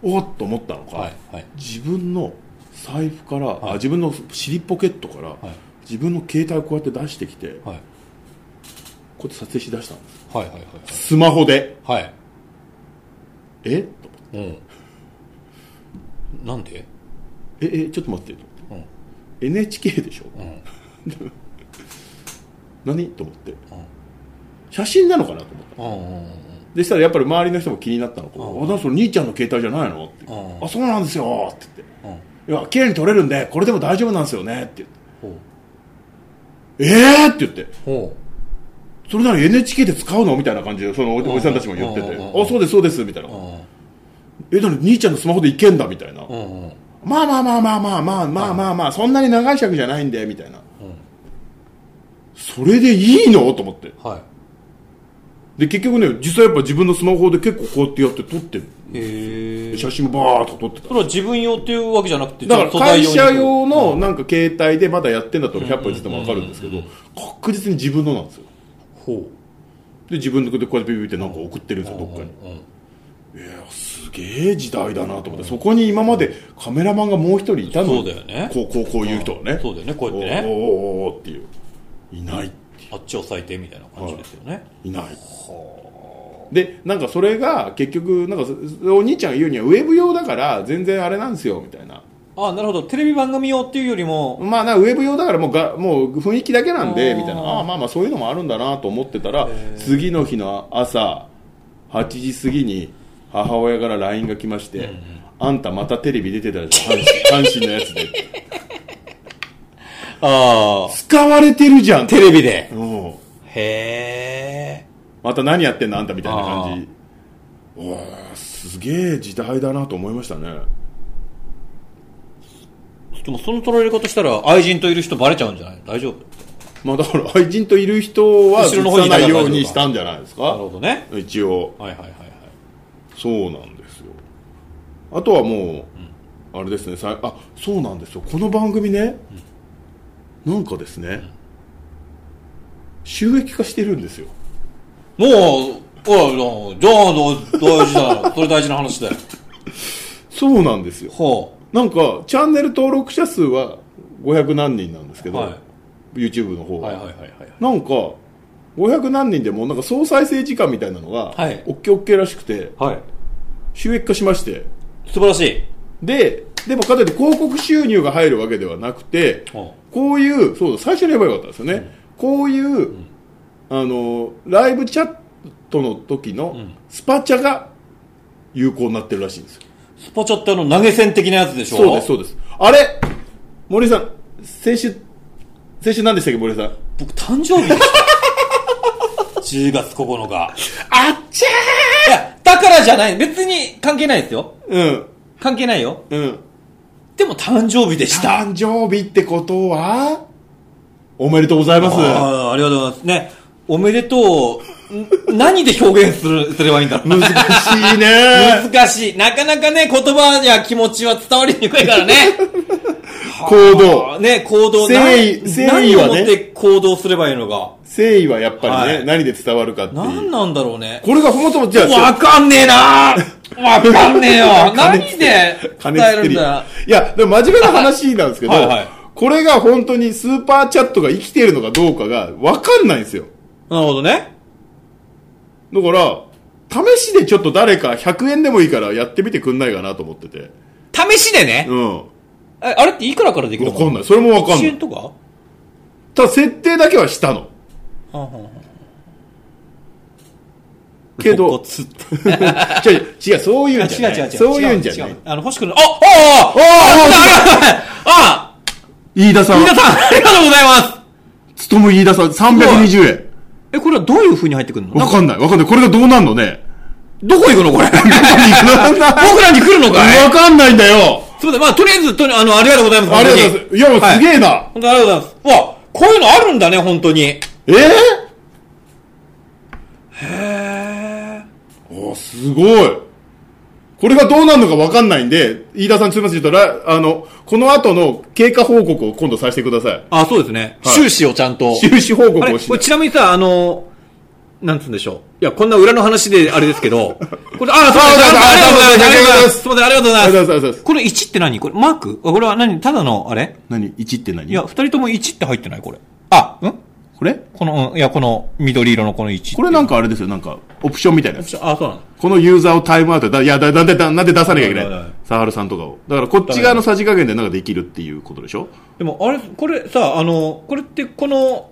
Speaker 1: おっと思ったのか、
Speaker 2: はいはい
Speaker 1: 自分の財布から、あ自分の尻ポケットから、
Speaker 2: い
Speaker 1: 自分の携帯をこうやって出してきて、こ
Speaker 2: はいはいう
Speaker 1: やって撮影しだしたんです
Speaker 2: はいはい
Speaker 1: スマホで
Speaker 2: はいはい
Speaker 1: えと思って
Speaker 2: うんなんで
Speaker 1: ええちょっと待ってと思って
Speaker 2: うん
Speaker 1: NHK でしょ、
Speaker 2: うん
Speaker 1: 何と思って、写真なのかなと思った
Speaker 2: うんうん
Speaker 1: でしたらやっぱり周りの人も気になったのか、
Speaker 2: うん
Speaker 1: あなんかそれ兄ちゃんの携帯じゃないのって、
Speaker 2: うん
Speaker 1: あそうなんですよって言って
Speaker 2: うん
Speaker 1: いや綺麗に取れるんでこれでも大丈夫なんですよねって
Speaker 2: ほ
Speaker 1: 言ってええー、って言って
Speaker 2: うほ
Speaker 1: それなら NHK で使うのみたいな感じでそのおじおじさんたちも言ってて
Speaker 2: うんうんうん
Speaker 1: あそうですそうですみたいな
Speaker 2: ううん
Speaker 1: えだから兄ちゃんのスマホでいけんだみたいな
Speaker 2: うんうん
Speaker 1: まあまあまあまあまあまあまあまあまあそんなに長い尺じゃないんでみたいなそれでいいのと思って
Speaker 2: は
Speaker 1: で結局ね実際やっぱ自分のスマホで結構こうやってやって撮ってる
Speaker 2: いへえ
Speaker 1: 写真もバーッと撮ってた
Speaker 2: それは自分用っていうわけじゃなくて
Speaker 1: だから会社用
Speaker 2: う
Speaker 1: の
Speaker 2: ん
Speaker 1: なんか携帯でまだやってんだったら100歩譲っても分かるんですけど確実に自分のなんですよ
Speaker 2: ほ
Speaker 1: で自分のでこうやってビビビってなんか送ってるんですよ
Speaker 2: う
Speaker 1: どっかに
Speaker 2: うんうん
Speaker 1: いやすげえ時代だなと思ってそこに今までカメラマンがもう一人いたの
Speaker 2: そうだよね
Speaker 1: こうこうこういう人はね
Speaker 2: そうだよねこうやって
Speaker 1: お
Speaker 2: ね
Speaker 1: ーおーおーっていういない
Speaker 2: あっちを最低みたいな感じですよね
Speaker 1: いないでなんかそれが結局なんかそお兄ちゃんが言うにはウェブ用だから全然あれなんですよみたいな
Speaker 2: あなるほどテレビ番組用っていうよりも
Speaker 1: まあなウェブ用だからもうがもう雰囲気だけなんで
Speaker 2: あー
Speaker 1: みたいなああまあまあそういうのもあるんだなと思ってたら
Speaker 2: へー
Speaker 1: 次の日の朝8時過ぎに母親から LINE が来まして、あんたまたテレビ出てたじゃん阪神阪神のやつで
Speaker 2: ああ
Speaker 1: 使われてるじゃん
Speaker 2: テレビで
Speaker 1: うん
Speaker 2: へえ
Speaker 1: また何やってんのあんたみたいな感じおーすげえ時代だなと思いましたね
Speaker 2: でもその捉え方したら愛人といる人バレちゃうんじゃない大丈夫
Speaker 1: まあだから愛人といる人は
Speaker 2: 後ろの方
Speaker 1: 映
Speaker 2: に
Speaker 1: さ
Speaker 2: い
Speaker 1: な
Speaker 2: たら
Speaker 1: いようにしたんじゃないです
Speaker 2: なる
Speaker 1: か
Speaker 2: ほどね
Speaker 1: 一応
Speaker 2: はいはいはいはい
Speaker 1: そうなんですよあとはもう、あれですねさあそうなんですよこの番組ね、なんかですね、収益化してるんですよ
Speaker 2: もうおいじゃあ大事 だそれ大事な話だよ
Speaker 1: そうなんですよ
Speaker 2: ほ
Speaker 1: なんかチャンネル登録者数は500何人なんですけ
Speaker 2: う
Speaker 1: ど、
Speaker 2: は
Speaker 1: YouTube の方
Speaker 2: い
Speaker 1: は、
Speaker 2: はいはいはいはい
Speaker 1: なんか500何人でもなんか総再生時間みたいなのが、
Speaker 2: はい
Speaker 1: オッケーオッケーらしくて
Speaker 2: はい
Speaker 1: 収益化しまして
Speaker 2: 素晴らしい
Speaker 1: ででもかといって広告収入が入るわけではなくて
Speaker 2: ほ
Speaker 1: こういうそうだ最初に言えばよかったですよね、こういう、あのライブチャットの時の
Speaker 2: ん
Speaker 1: スパチャが有効になってるらしいんですよ、
Speaker 2: うスパチャってあの投げ銭的なやつでしょ
Speaker 1: そうですそうですあれ森井さん先週先週何でしたっけ森井さん
Speaker 2: 僕誕生日 でした10月9日
Speaker 1: あっちゃ
Speaker 2: いやだからじゃない別に関係ないですよ
Speaker 1: ー
Speaker 2: 関係ないよ
Speaker 1: うんうん
Speaker 2: でも誕生日でした
Speaker 1: 誕生日ってことはおめでとうございます
Speaker 2: あーありがとうございますねおめでとうん 何で表現するすればいいんだろう
Speaker 1: 難しいね
Speaker 2: 難しいなかなかね言葉や気持ちは伝わりにくいか らね
Speaker 1: 行動
Speaker 2: ね行動
Speaker 1: 誠意
Speaker 2: 何
Speaker 1: 誠意はね
Speaker 2: 何をもって行動すればいいのか
Speaker 1: 誠意はやっぱりね、
Speaker 2: はい
Speaker 1: 何で伝わるかってい
Speaker 2: 何
Speaker 1: う
Speaker 2: なんだろうね
Speaker 1: これがそもそもじゃあ
Speaker 2: わかんねえなわかんねえよ
Speaker 1: 金
Speaker 2: 何
Speaker 1: つって
Speaker 2: で伝
Speaker 1: 金
Speaker 2: え
Speaker 1: つ
Speaker 2: る
Speaker 1: て
Speaker 2: ん
Speaker 1: り
Speaker 2: だ
Speaker 1: いやでも真面目な話なんですけど、
Speaker 2: はいはい
Speaker 1: これが本当にスーパーチャットが生きているのかどうかが分かんないんですよ
Speaker 2: なるほどね。
Speaker 1: だから試しでちょっと誰か100円でもいいからやってみてくんないかなと思ってて
Speaker 2: 試しでね。
Speaker 1: うん
Speaker 2: えあれっていくらからできる
Speaker 1: 分か
Speaker 2: の
Speaker 1: んないそれも分かん
Speaker 2: 1
Speaker 1: な
Speaker 2: 円
Speaker 1: い
Speaker 2: とか
Speaker 1: ただ設定だけはしたのけ
Speaker 2: 露
Speaker 1: ど
Speaker 2: 骨って
Speaker 1: 違う違うそういうんじ
Speaker 2: 違
Speaker 1: ゃ
Speaker 2: う
Speaker 1: な
Speaker 2: 違う違。
Speaker 1: いうそういうんじゃな
Speaker 2: 違
Speaker 1: いう
Speaker 2: 違うあの、欲しくなあ、あああああああ
Speaker 1: 飯田さん
Speaker 2: 皆さん、ありがとうございます
Speaker 1: 勤む飯田さん320円
Speaker 2: え、これはどういう風に入ってくるの
Speaker 1: 分かんない分かんないこれがどうなんのね
Speaker 2: どこ行くのこれ。
Speaker 1: 分
Speaker 2: 僕らに来るのかい
Speaker 1: かんないんだよ
Speaker 2: すみません。まあ、とりあえず、とにあの、ありがとうございます。
Speaker 1: ありがとうございますいやもうすげえな、
Speaker 2: 本当にありがとうございます。わ、こういうのあるんだね、本当に。へ
Speaker 1: ええ
Speaker 2: え。
Speaker 1: おすごいこれがどうなるのかわかんないんで、飯田さんすみません、ちょっとら、あの、この後の経過報告を今度させてください。
Speaker 2: あ、そうですね。
Speaker 1: はい
Speaker 2: 収支をちゃんと。
Speaker 1: 収支報告
Speaker 2: あれ
Speaker 1: をし
Speaker 2: こ
Speaker 1: な
Speaker 2: れ
Speaker 1: い
Speaker 2: ちなみにさ、あの、なんつうんでしょう。いや、こんな裏の話であれですけど。これ、ああ、そうですありがとうございます。すみません、ありがとうございます。すみません、ありがとうございます。
Speaker 1: ありがとうございます
Speaker 2: これ1って何これマークあこれは何ただの、あれ
Speaker 1: 何 ?1 って何
Speaker 2: いや、二人とも1って入ってないこれ。あ、ん
Speaker 1: これ
Speaker 2: この、うんいや、この緑色のこの1。
Speaker 1: これなんかあれですよ、なんか、オプションみたいなやつ。
Speaker 2: あ、そうなの
Speaker 1: このユーザーをタイムアウトでだ、いや、だ、だ、だ、だなんで出さなきゃいけな
Speaker 2: はいはいはいい。
Speaker 1: サハルさんとかを。だからこっち側のさじ加減でなんかできるっていうことでしょ
Speaker 2: でも、あれ、これさ、あの、これってこの、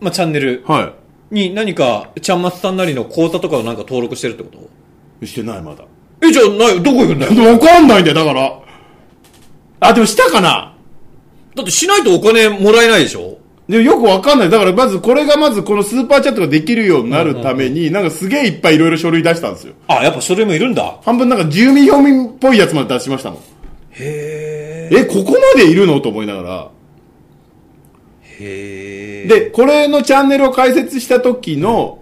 Speaker 2: まあ、チャンネル
Speaker 1: は
Speaker 2: に何か、ちゃんまつさんなりの口座とかをなんか登録してるってこと
Speaker 1: い。してない、まだ。
Speaker 2: え、じゃあ、ない、どこ行くんだよ
Speaker 1: わかんないんだよ、だから。あ、でもしたかな
Speaker 2: だってしないとお金もらえないでしょ
Speaker 1: でもよくわかんない。だからまずこれがまずこのスーパーチャットができるようになるために、なんかすげえいっぱいいろいろ書類出したんですよ。
Speaker 2: あ、やっぱ書類もいるんだ。
Speaker 1: 半分なんか住民票民っぽいやつまで出しましたもん。
Speaker 2: へ
Speaker 1: え、ここまでいるのと思いながら。
Speaker 2: え。へえ。
Speaker 1: で、これのチャンネルを開設した時の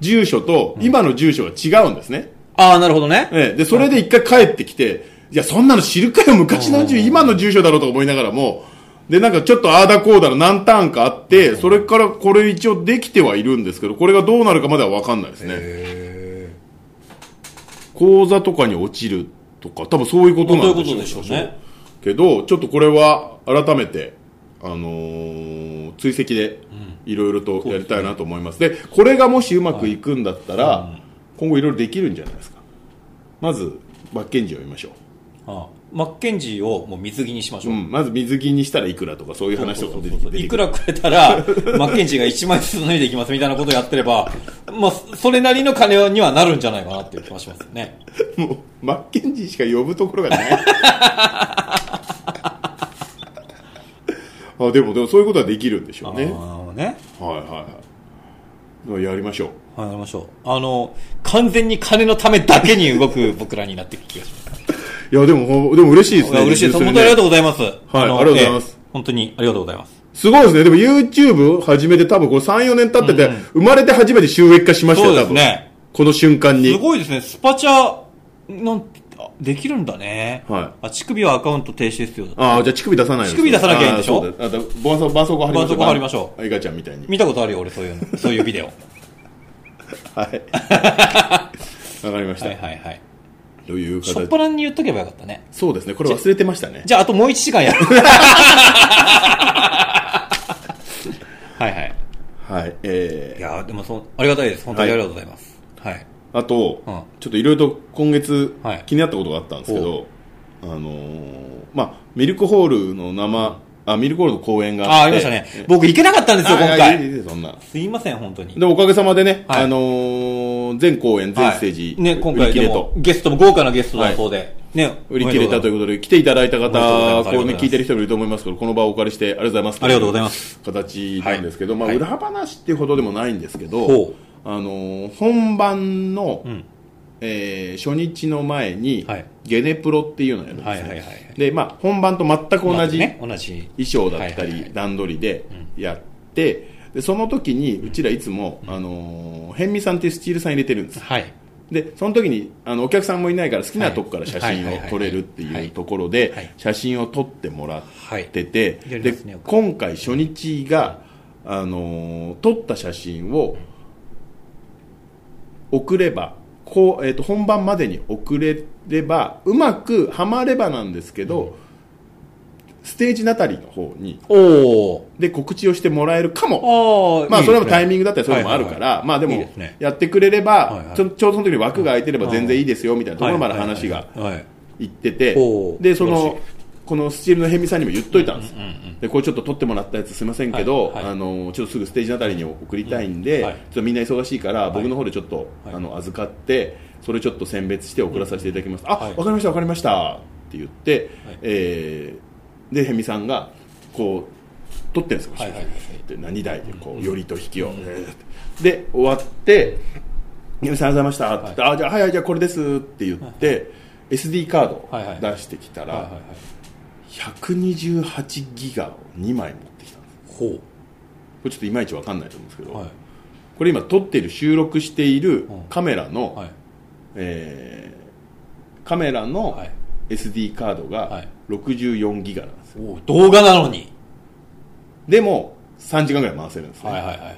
Speaker 1: 住所と今の住所が違うんですね。
Speaker 2: ああ、なるほどね。
Speaker 1: ええ、で、それで一回帰ってきて、いや、そんなの知るかよ、昔の住所、今の住所だろうと思いながらも、で、なんかちょっとああだこうだの何ターンかあって、それからこれ一応できてはいるんですけど、これがどうなるかまではわかんないですね。
Speaker 2: へえ。
Speaker 1: 口座とかに落ちるとか、多分そういうこと
Speaker 2: 本
Speaker 1: な
Speaker 2: 当
Speaker 1: いん
Speaker 2: うこ
Speaker 1: でしょ
Speaker 2: と
Speaker 1: う
Speaker 2: でしょうね。
Speaker 1: けど、ちょっとこれは改めて、あのー追跡でいろいろとやりたいなと思います。でこれがもしうまくいくんだったら、今後いろいろできるんじゃないですか。まず、バッケンジを見ましょう。
Speaker 2: ああマッケンジーをもう水着にしましょ
Speaker 1: う
Speaker 2: う。
Speaker 1: ん、まず水着にしたらいくらとかそういう話とかも出てきて
Speaker 2: いくらくれた ら、マッケンジーが1枚ずつ脱いでいきますみたいなことをやってれば、まあ、それなりの金にはなるんじゃないかなっていう気はしますよね。
Speaker 1: もうマッケンジーしか呼ぶところがない あでもでもそういうことはできるんでしょうねは
Speaker 2: ああね。
Speaker 1: いはいはいではやりましょう
Speaker 2: はい、やりましょう。あの、完全に金のためだけに動く僕らになっていく気がします。
Speaker 1: いやでもほでも嬉しいです
Speaker 2: いや
Speaker 1: ね
Speaker 2: 嬉しいです。
Speaker 1: 純粋に
Speaker 2: 本当にあり
Speaker 1: ね
Speaker 2: がとうございます。はい
Speaker 1: ありがとうございます。
Speaker 2: ええ本当にありがとうございます。
Speaker 1: すごいですねでも YouTube 始めて多分これ34年経ってて、生まれて初めて収益化しましたよ
Speaker 2: そうで
Speaker 1: 多
Speaker 2: す
Speaker 1: 分、
Speaker 2: ね。
Speaker 1: この瞬間に
Speaker 2: すごいですね。スパチャ、なんて、あできるんだね。。
Speaker 1: はい
Speaker 2: あ、乳首はアカウント停止ですよ。
Speaker 1: ああじゃあ乳首出さないように
Speaker 2: 乳首出さなきゃいいんでしょ
Speaker 1: あーそうだあだ絆創絆創膏貼りましょう
Speaker 2: 絆創膏貼りましょ
Speaker 1: うあいかちゃんみたいに
Speaker 2: 見たことあるよ、俺、そういうの。そういうビデオ。は
Speaker 1: はい。 わかりました。
Speaker 2: いはいはい。
Speaker 1: という
Speaker 2: しょっ
Speaker 1: 形
Speaker 2: ぱなに言っとけばよかったね。
Speaker 1: そうですね。これ忘れてましたね。
Speaker 2: じゃあ、あともう1時間 やる。はいはい。
Speaker 1: はい。
Speaker 2: い
Speaker 1: え
Speaker 2: やーでもそう、ありがたいです。本当にあ
Speaker 1: は
Speaker 2: り
Speaker 1: い
Speaker 2: がとうございます。はい。
Speaker 1: ー、あと、
Speaker 2: うん
Speaker 1: ちょっといろいろと今月
Speaker 2: はい
Speaker 1: 気になったことがあったんですけど、あのー、まあ、ミルクホールの生、あ、ミルクホールの公演が
Speaker 2: あ
Speaker 1: あ
Speaker 2: ー、
Speaker 1: って。
Speaker 2: ありましたね。僕行けなかったんですよ、
Speaker 1: あ。
Speaker 2: 今
Speaker 1: いやい
Speaker 2: 回。
Speaker 1: やいやそんな。
Speaker 2: すいません、本当に。
Speaker 1: で、おかげさまでね、
Speaker 2: はい
Speaker 1: あのー、全公演、全ステージ、
Speaker 2: はいね、今
Speaker 1: 売り
Speaker 2: 回
Speaker 1: 切
Speaker 2: で
Speaker 1: れ
Speaker 2: も
Speaker 1: と。、
Speaker 2: ゲストも豪華なゲストだそうで。ね、
Speaker 1: 売り切れたという
Speaker 2: う。
Speaker 1: ことで、来ていただいた方、
Speaker 2: お
Speaker 1: こ
Speaker 2: めでとうございます
Speaker 1: うね、聞いてる人もいると思いますけど、この場をお借りして、ありがとうございます。
Speaker 2: ありがとうございます。
Speaker 1: 形なんですけど、
Speaker 2: はい
Speaker 1: まあ、
Speaker 2: はい
Speaker 1: 裏話っていうほどでもないんですけど、
Speaker 2: ほう
Speaker 1: あのー本番の、
Speaker 2: ん
Speaker 1: えー初日の前に、
Speaker 2: はい
Speaker 1: ゲネプロっていうのをやるんですね。
Speaker 2: はいはいはいはい
Speaker 1: で、まあ、本番と全く同じ
Speaker 2: まあね、同じ。
Speaker 1: 衣装だった
Speaker 2: はいはいは
Speaker 1: り
Speaker 2: い
Speaker 1: 段取りでやって、でその時にうちらいつも、あのー、辺見さんっていうスチールさん入れてるんです
Speaker 2: はい。
Speaker 1: でその時にあのお客さんもいないから好きなとこから写
Speaker 2: はい
Speaker 1: 真
Speaker 2: はい
Speaker 1: を
Speaker 2: はいはい
Speaker 1: 撮れるってい
Speaker 2: は
Speaker 1: う
Speaker 2: い
Speaker 1: ところ
Speaker 2: は
Speaker 1: で
Speaker 2: い
Speaker 1: 写真を撮ってもらってて、
Speaker 2: いやり
Speaker 1: で
Speaker 2: ますね
Speaker 1: 今回初日が、あのー撮った写真を送ればこう、えー、と本番までに送れればうまくはまればなんですけど、ステージナタリーの方に
Speaker 2: おー。
Speaker 1: で告知をしてもらえるかも
Speaker 2: あ
Speaker 1: まあ、それはタイミング
Speaker 2: グ。
Speaker 1: だったり、そういうのもあるか
Speaker 2: はいはい
Speaker 1: ら、まあで
Speaker 2: いい
Speaker 1: も
Speaker 2: ですね、
Speaker 1: やってくれれ
Speaker 2: はい
Speaker 1: ば
Speaker 2: は、い
Speaker 1: ちょちょうどその時に枠が空いてれば全然いいですよ、みたいなところまで
Speaker 2: はいはい
Speaker 1: 話が
Speaker 2: はいはい。
Speaker 1: いってて
Speaker 2: お、ー
Speaker 1: で、そ
Speaker 2: 素晴らし
Speaker 1: の
Speaker 2: い、
Speaker 1: このスチールの辺見さんにも言っといたんです
Speaker 2: うんうんうん。
Speaker 1: で、これちょっと撮ってもらったやつすいませんけど、
Speaker 2: はいはい
Speaker 1: あの、ちょっとすぐステージあたりに送りたいん
Speaker 2: う
Speaker 1: で、
Speaker 2: ん
Speaker 1: ちょ
Speaker 2: はい
Speaker 1: っとみんな忙しいから、僕の方でちょっと、
Speaker 2: はい
Speaker 1: あの、預かって、それちょっと選別して送らさせていただきます。あ、
Speaker 2: は
Speaker 1: わ
Speaker 2: い
Speaker 1: かりました、わかりました、って言って
Speaker 2: はい、
Speaker 1: えーで、辺見さんが、こう、撮ってるんですよ、
Speaker 2: はいはいはいはい
Speaker 1: で何台でこうよりと引きを、で終わって「皆さんありがとうございました」って言ってあじゃあはいはいじゃあこれです」って言って、SD カード
Speaker 2: はいはい
Speaker 1: を出してきた
Speaker 2: はいはいは
Speaker 1: ら
Speaker 2: い。
Speaker 1: 128ギガを2枚持ってきたんです
Speaker 2: ほ
Speaker 1: これちょっといまいちわかんないと思うんですけど、
Speaker 2: う。はい。
Speaker 1: これ今撮っている収録している
Speaker 2: うん
Speaker 1: カメラの、
Speaker 2: はい。
Speaker 1: えーカメラの
Speaker 2: はい
Speaker 1: SD カード
Speaker 2: は
Speaker 1: が
Speaker 2: い
Speaker 1: 64ギガなんですよ
Speaker 2: おー動画なのに。
Speaker 1: でも3時間ぐらい回せるんですね、
Speaker 2: はいはいはいはい。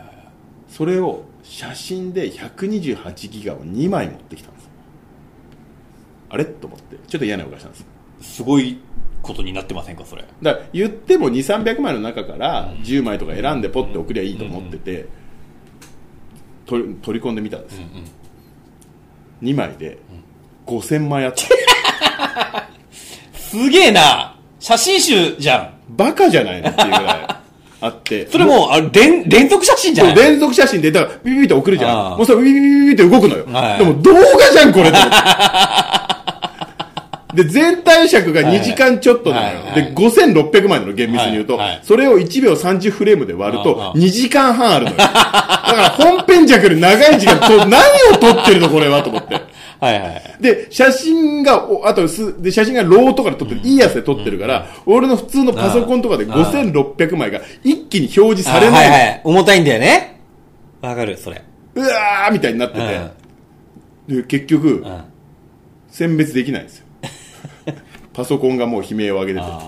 Speaker 1: それを写真で128ギガを2枚持ってきたんですあれと思ってちょっと嫌な予感したんです
Speaker 2: すごいことになってませんか、それ。
Speaker 1: だから言っても2300枚の中から10枚とか選んでポッて送りゃいいと思ってて取り取り込んでみたんですよ、2枚で5000枚あった
Speaker 2: すげえな写真集じゃん
Speaker 1: バカじゃないのっていうぐらいあって
Speaker 2: それもう、あ連、連続写真じゃ
Speaker 1: そ
Speaker 2: な
Speaker 1: う
Speaker 2: い
Speaker 1: 連続写真で、だから、ビビビって送るじ
Speaker 2: あ
Speaker 1: ゃ
Speaker 2: あ
Speaker 1: ん。もうそれ、ビビビビビって動くのよ。
Speaker 2: はい
Speaker 1: でも、動画じゃん、これと思って。で、 全体尺が2時間ちょっとなのよ。
Speaker 2: はいはい
Speaker 1: で、5600枚なの、厳密に言うと。
Speaker 2: はいはい
Speaker 1: それを1秒30フレームで割る
Speaker 2: うんうん
Speaker 1: と、2時間半あるのよ。だから本編尺より長い時間、こう何を撮ってるの、これは、と思って。
Speaker 2: はいはい。
Speaker 1: で、写真が、おあとす、で、写真がローとかで撮ってる、いいやつで撮ってるから、俺の普通のパソコンとかで
Speaker 2: ああ
Speaker 1: 5600枚が一気に表示
Speaker 2: あ
Speaker 1: されない。
Speaker 2: はいはい。重たいんだよね。わかる、それ。
Speaker 1: うわーみたいになって
Speaker 2: うん。
Speaker 1: て。で、結局
Speaker 2: う、ん。あ
Speaker 1: 選別できないんですよ。パソコンがもう悲鳴を上げてて。
Speaker 2: あ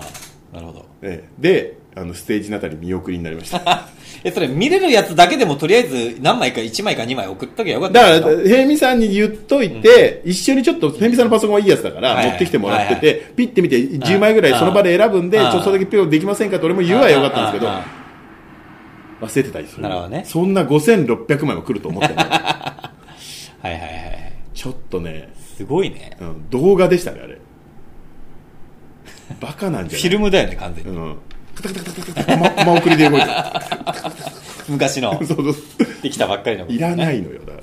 Speaker 2: ー、なるほど。
Speaker 1: ええで、あの、ステージのあたり見送りになりました。だか
Speaker 2: え、それ見れるやつだけでもとりあえず何枚か1枚か2枚送っときゃよかったん
Speaker 1: ら、
Speaker 2: ですよ
Speaker 1: 平美さんに言っといて、一緒にちょっと、平美さんのパソコンはいいやつだか
Speaker 2: はい
Speaker 1: ら、
Speaker 2: はい
Speaker 1: 持ってきてもらってて、ピッて見て、10枚ぐらいその場で選ぶんで、ち
Speaker 2: ああ
Speaker 1: ょっとだけピロできませんかと俺も言うはよかったんですけど
Speaker 2: あ、あ
Speaker 1: 忘れてたりする。
Speaker 2: なるほどね
Speaker 1: そんな5600枚も来ると思ってない。
Speaker 2: あはいはいはいはい。
Speaker 1: ちょっとね、
Speaker 2: すごいね。
Speaker 1: うん動画でしたね、あれ。バカなん
Speaker 2: フ
Speaker 1: じゃない
Speaker 2: ィルムだよね、完全に。
Speaker 1: うん。カタカタカタカタカタ、コマコマ送りで動いて
Speaker 2: 昔の
Speaker 1: る。、そうそう。
Speaker 2: できたばっかりの。
Speaker 1: いらないのよ、だから。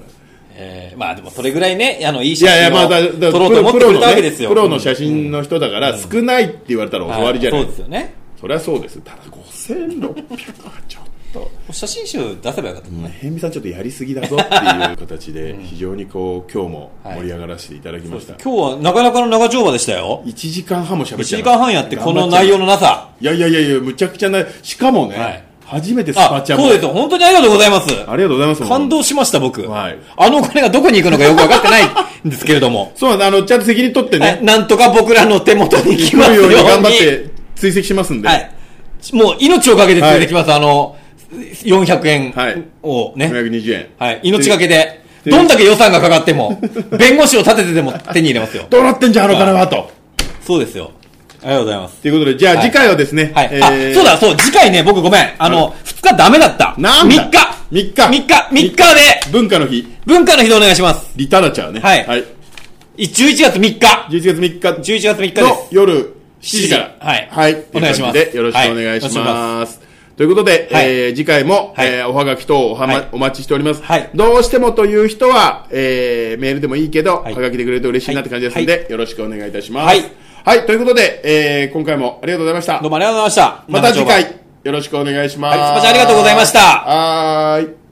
Speaker 2: えーまあでもそれぐらいね、あの、いい
Speaker 1: い
Speaker 2: 写
Speaker 1: やい
Speaker 2: 真
Speaker 1: や、まあ、
Speaker 2: を
Speaker 1: だだプロ
Speaker 2: 撮ろうと思ってくれたわけですよ。
Speaker 1: プロのねプロの写真の人だから、少ないって言われたら
Speaker 2: うん
Speaker 1: 終わりじゃない、
Speaker 2: そうですよね。
Speaker 1: そりゃそうです。ただ、5600はちょっと。
Speaker 2: 写真集出せばよかったもんね。
Speaker 1: ヘンミさんちょっとやりすぎだぞっていう形で、非常にこう、今日も盛り上がらせていただきました。
Speaker 2: 今日はなかなかの長丁場でしたよ。
Speaker 1: 1時間半も喋っ
Speaker 2: 1
Speaker 1: ちゃ
Speaker 2: 時間半やってこの内容
Speaker 1: の。
Speaker 2: のなさ。
Speaker 1: いやいやいやいや、むちゃくちゃな、しかもね、
Speaker 2: はい
Speaker 1: 初めてス
Speaker 2: あ
Speaker 1: パ、チャも
Speaker 2: そうです。本当にありがとうございます。
Speaker 1: ありがとうございます。
Speaker 2: 感動しました、僕。
Speaker 1: はい。
Speaker 2: あのお金がどこに行くのかよくわかってないんですけれども
Speaker 1: そうなんだあの、ちゃんと責任取って
Speaker 2: はい
Speaker 1: ね、
Speaker 2: なんとか僕らの手元に来
Speaker 1: 来
Speaker 2: ます
Speaker 1: る
Speaker 2: よ
Speaker 1: よ
Speaker 2: う
Speaker 1: う
Speaker 2: に。
Speaker 1: に頑張って追跡しますんで。
Speaker 2: はい。もう命をかけて連れてきます、あの、400
Speaker 1: はい
Speaker 2: 円をね。
Speaker 1: 520円。
Speaker 2: はい。命がけで、
Speaker 1: で
Speaker 2: どんだけ予算がかかっても、弁護士を立ててでも手に入れますよ。
Speaker 1: どうなってんじゃん、あの金は、と。
Speaker 2: そうですよ。ありがとうございます。
Speaker 1: ということで、じゃあ
Speaker 2: はい
Speaker 1: 次回はですね、
Speaker 2: はい。
Speaker 1: え
Speaker 2: あ、
Speaker 1: ー
Speaker 2: そうだ、そう、次回ね、僕ごめん。あの、2日ダメだった。
Speaker 1: なんだ
Speaker 2: ?3 日。
Speaker 1: 3日
Speaker 2: !3 日 !3 日で、
Speaker 1: 文化の日、
Speaker 2: 文化の日でお願いします。
Speaker 1: リタラチャーね。
Speaker 2: はい
Speaker 1: はい。
Speaker 2: 11月3日。
Speaker 1: 11月3
Speaker 2: 11月3日
Speaker 1: 日
Speaker 2: で
Speaker 1: の
Speaker 2: す。
Speaker 1: 夜7時から。
Speaker 2: はい
Speaker 1: はい。
Speaker 2: お願いします
Speaker 1: とう感じでよろしくお願いし
Speaker 2: は
Speaker 1: ます。ということで、
Speaker 2: はい
Speaker 1: えー次回も、
Speaker 2: はい
Speaker 1: えーおはがき等おは、ま
Speaker 2: はい
Speaker 1: お待ちしております、
Speaker 2: はい
Speaker 1: どうしてもという人は、えーメールでもいいけど、
Speaker 2: は
Speaker 1: はいがきでくれると嬉しいなって感じですので、
Speaker 2: は
Speaker 1: よろしくお願いいたします。
Speaker 2: はい
Speaker 1: はい。ということで、えー今回もありがとうございました
Speaker 2: どう。もありがとうございました。
Speaker 1: また次
Speaker 2: 長丁場。
Speaker 1: 回、よろしくお願いします。
Speaker 2: はいスパチャありがとうございました
Speaker 1: はーい。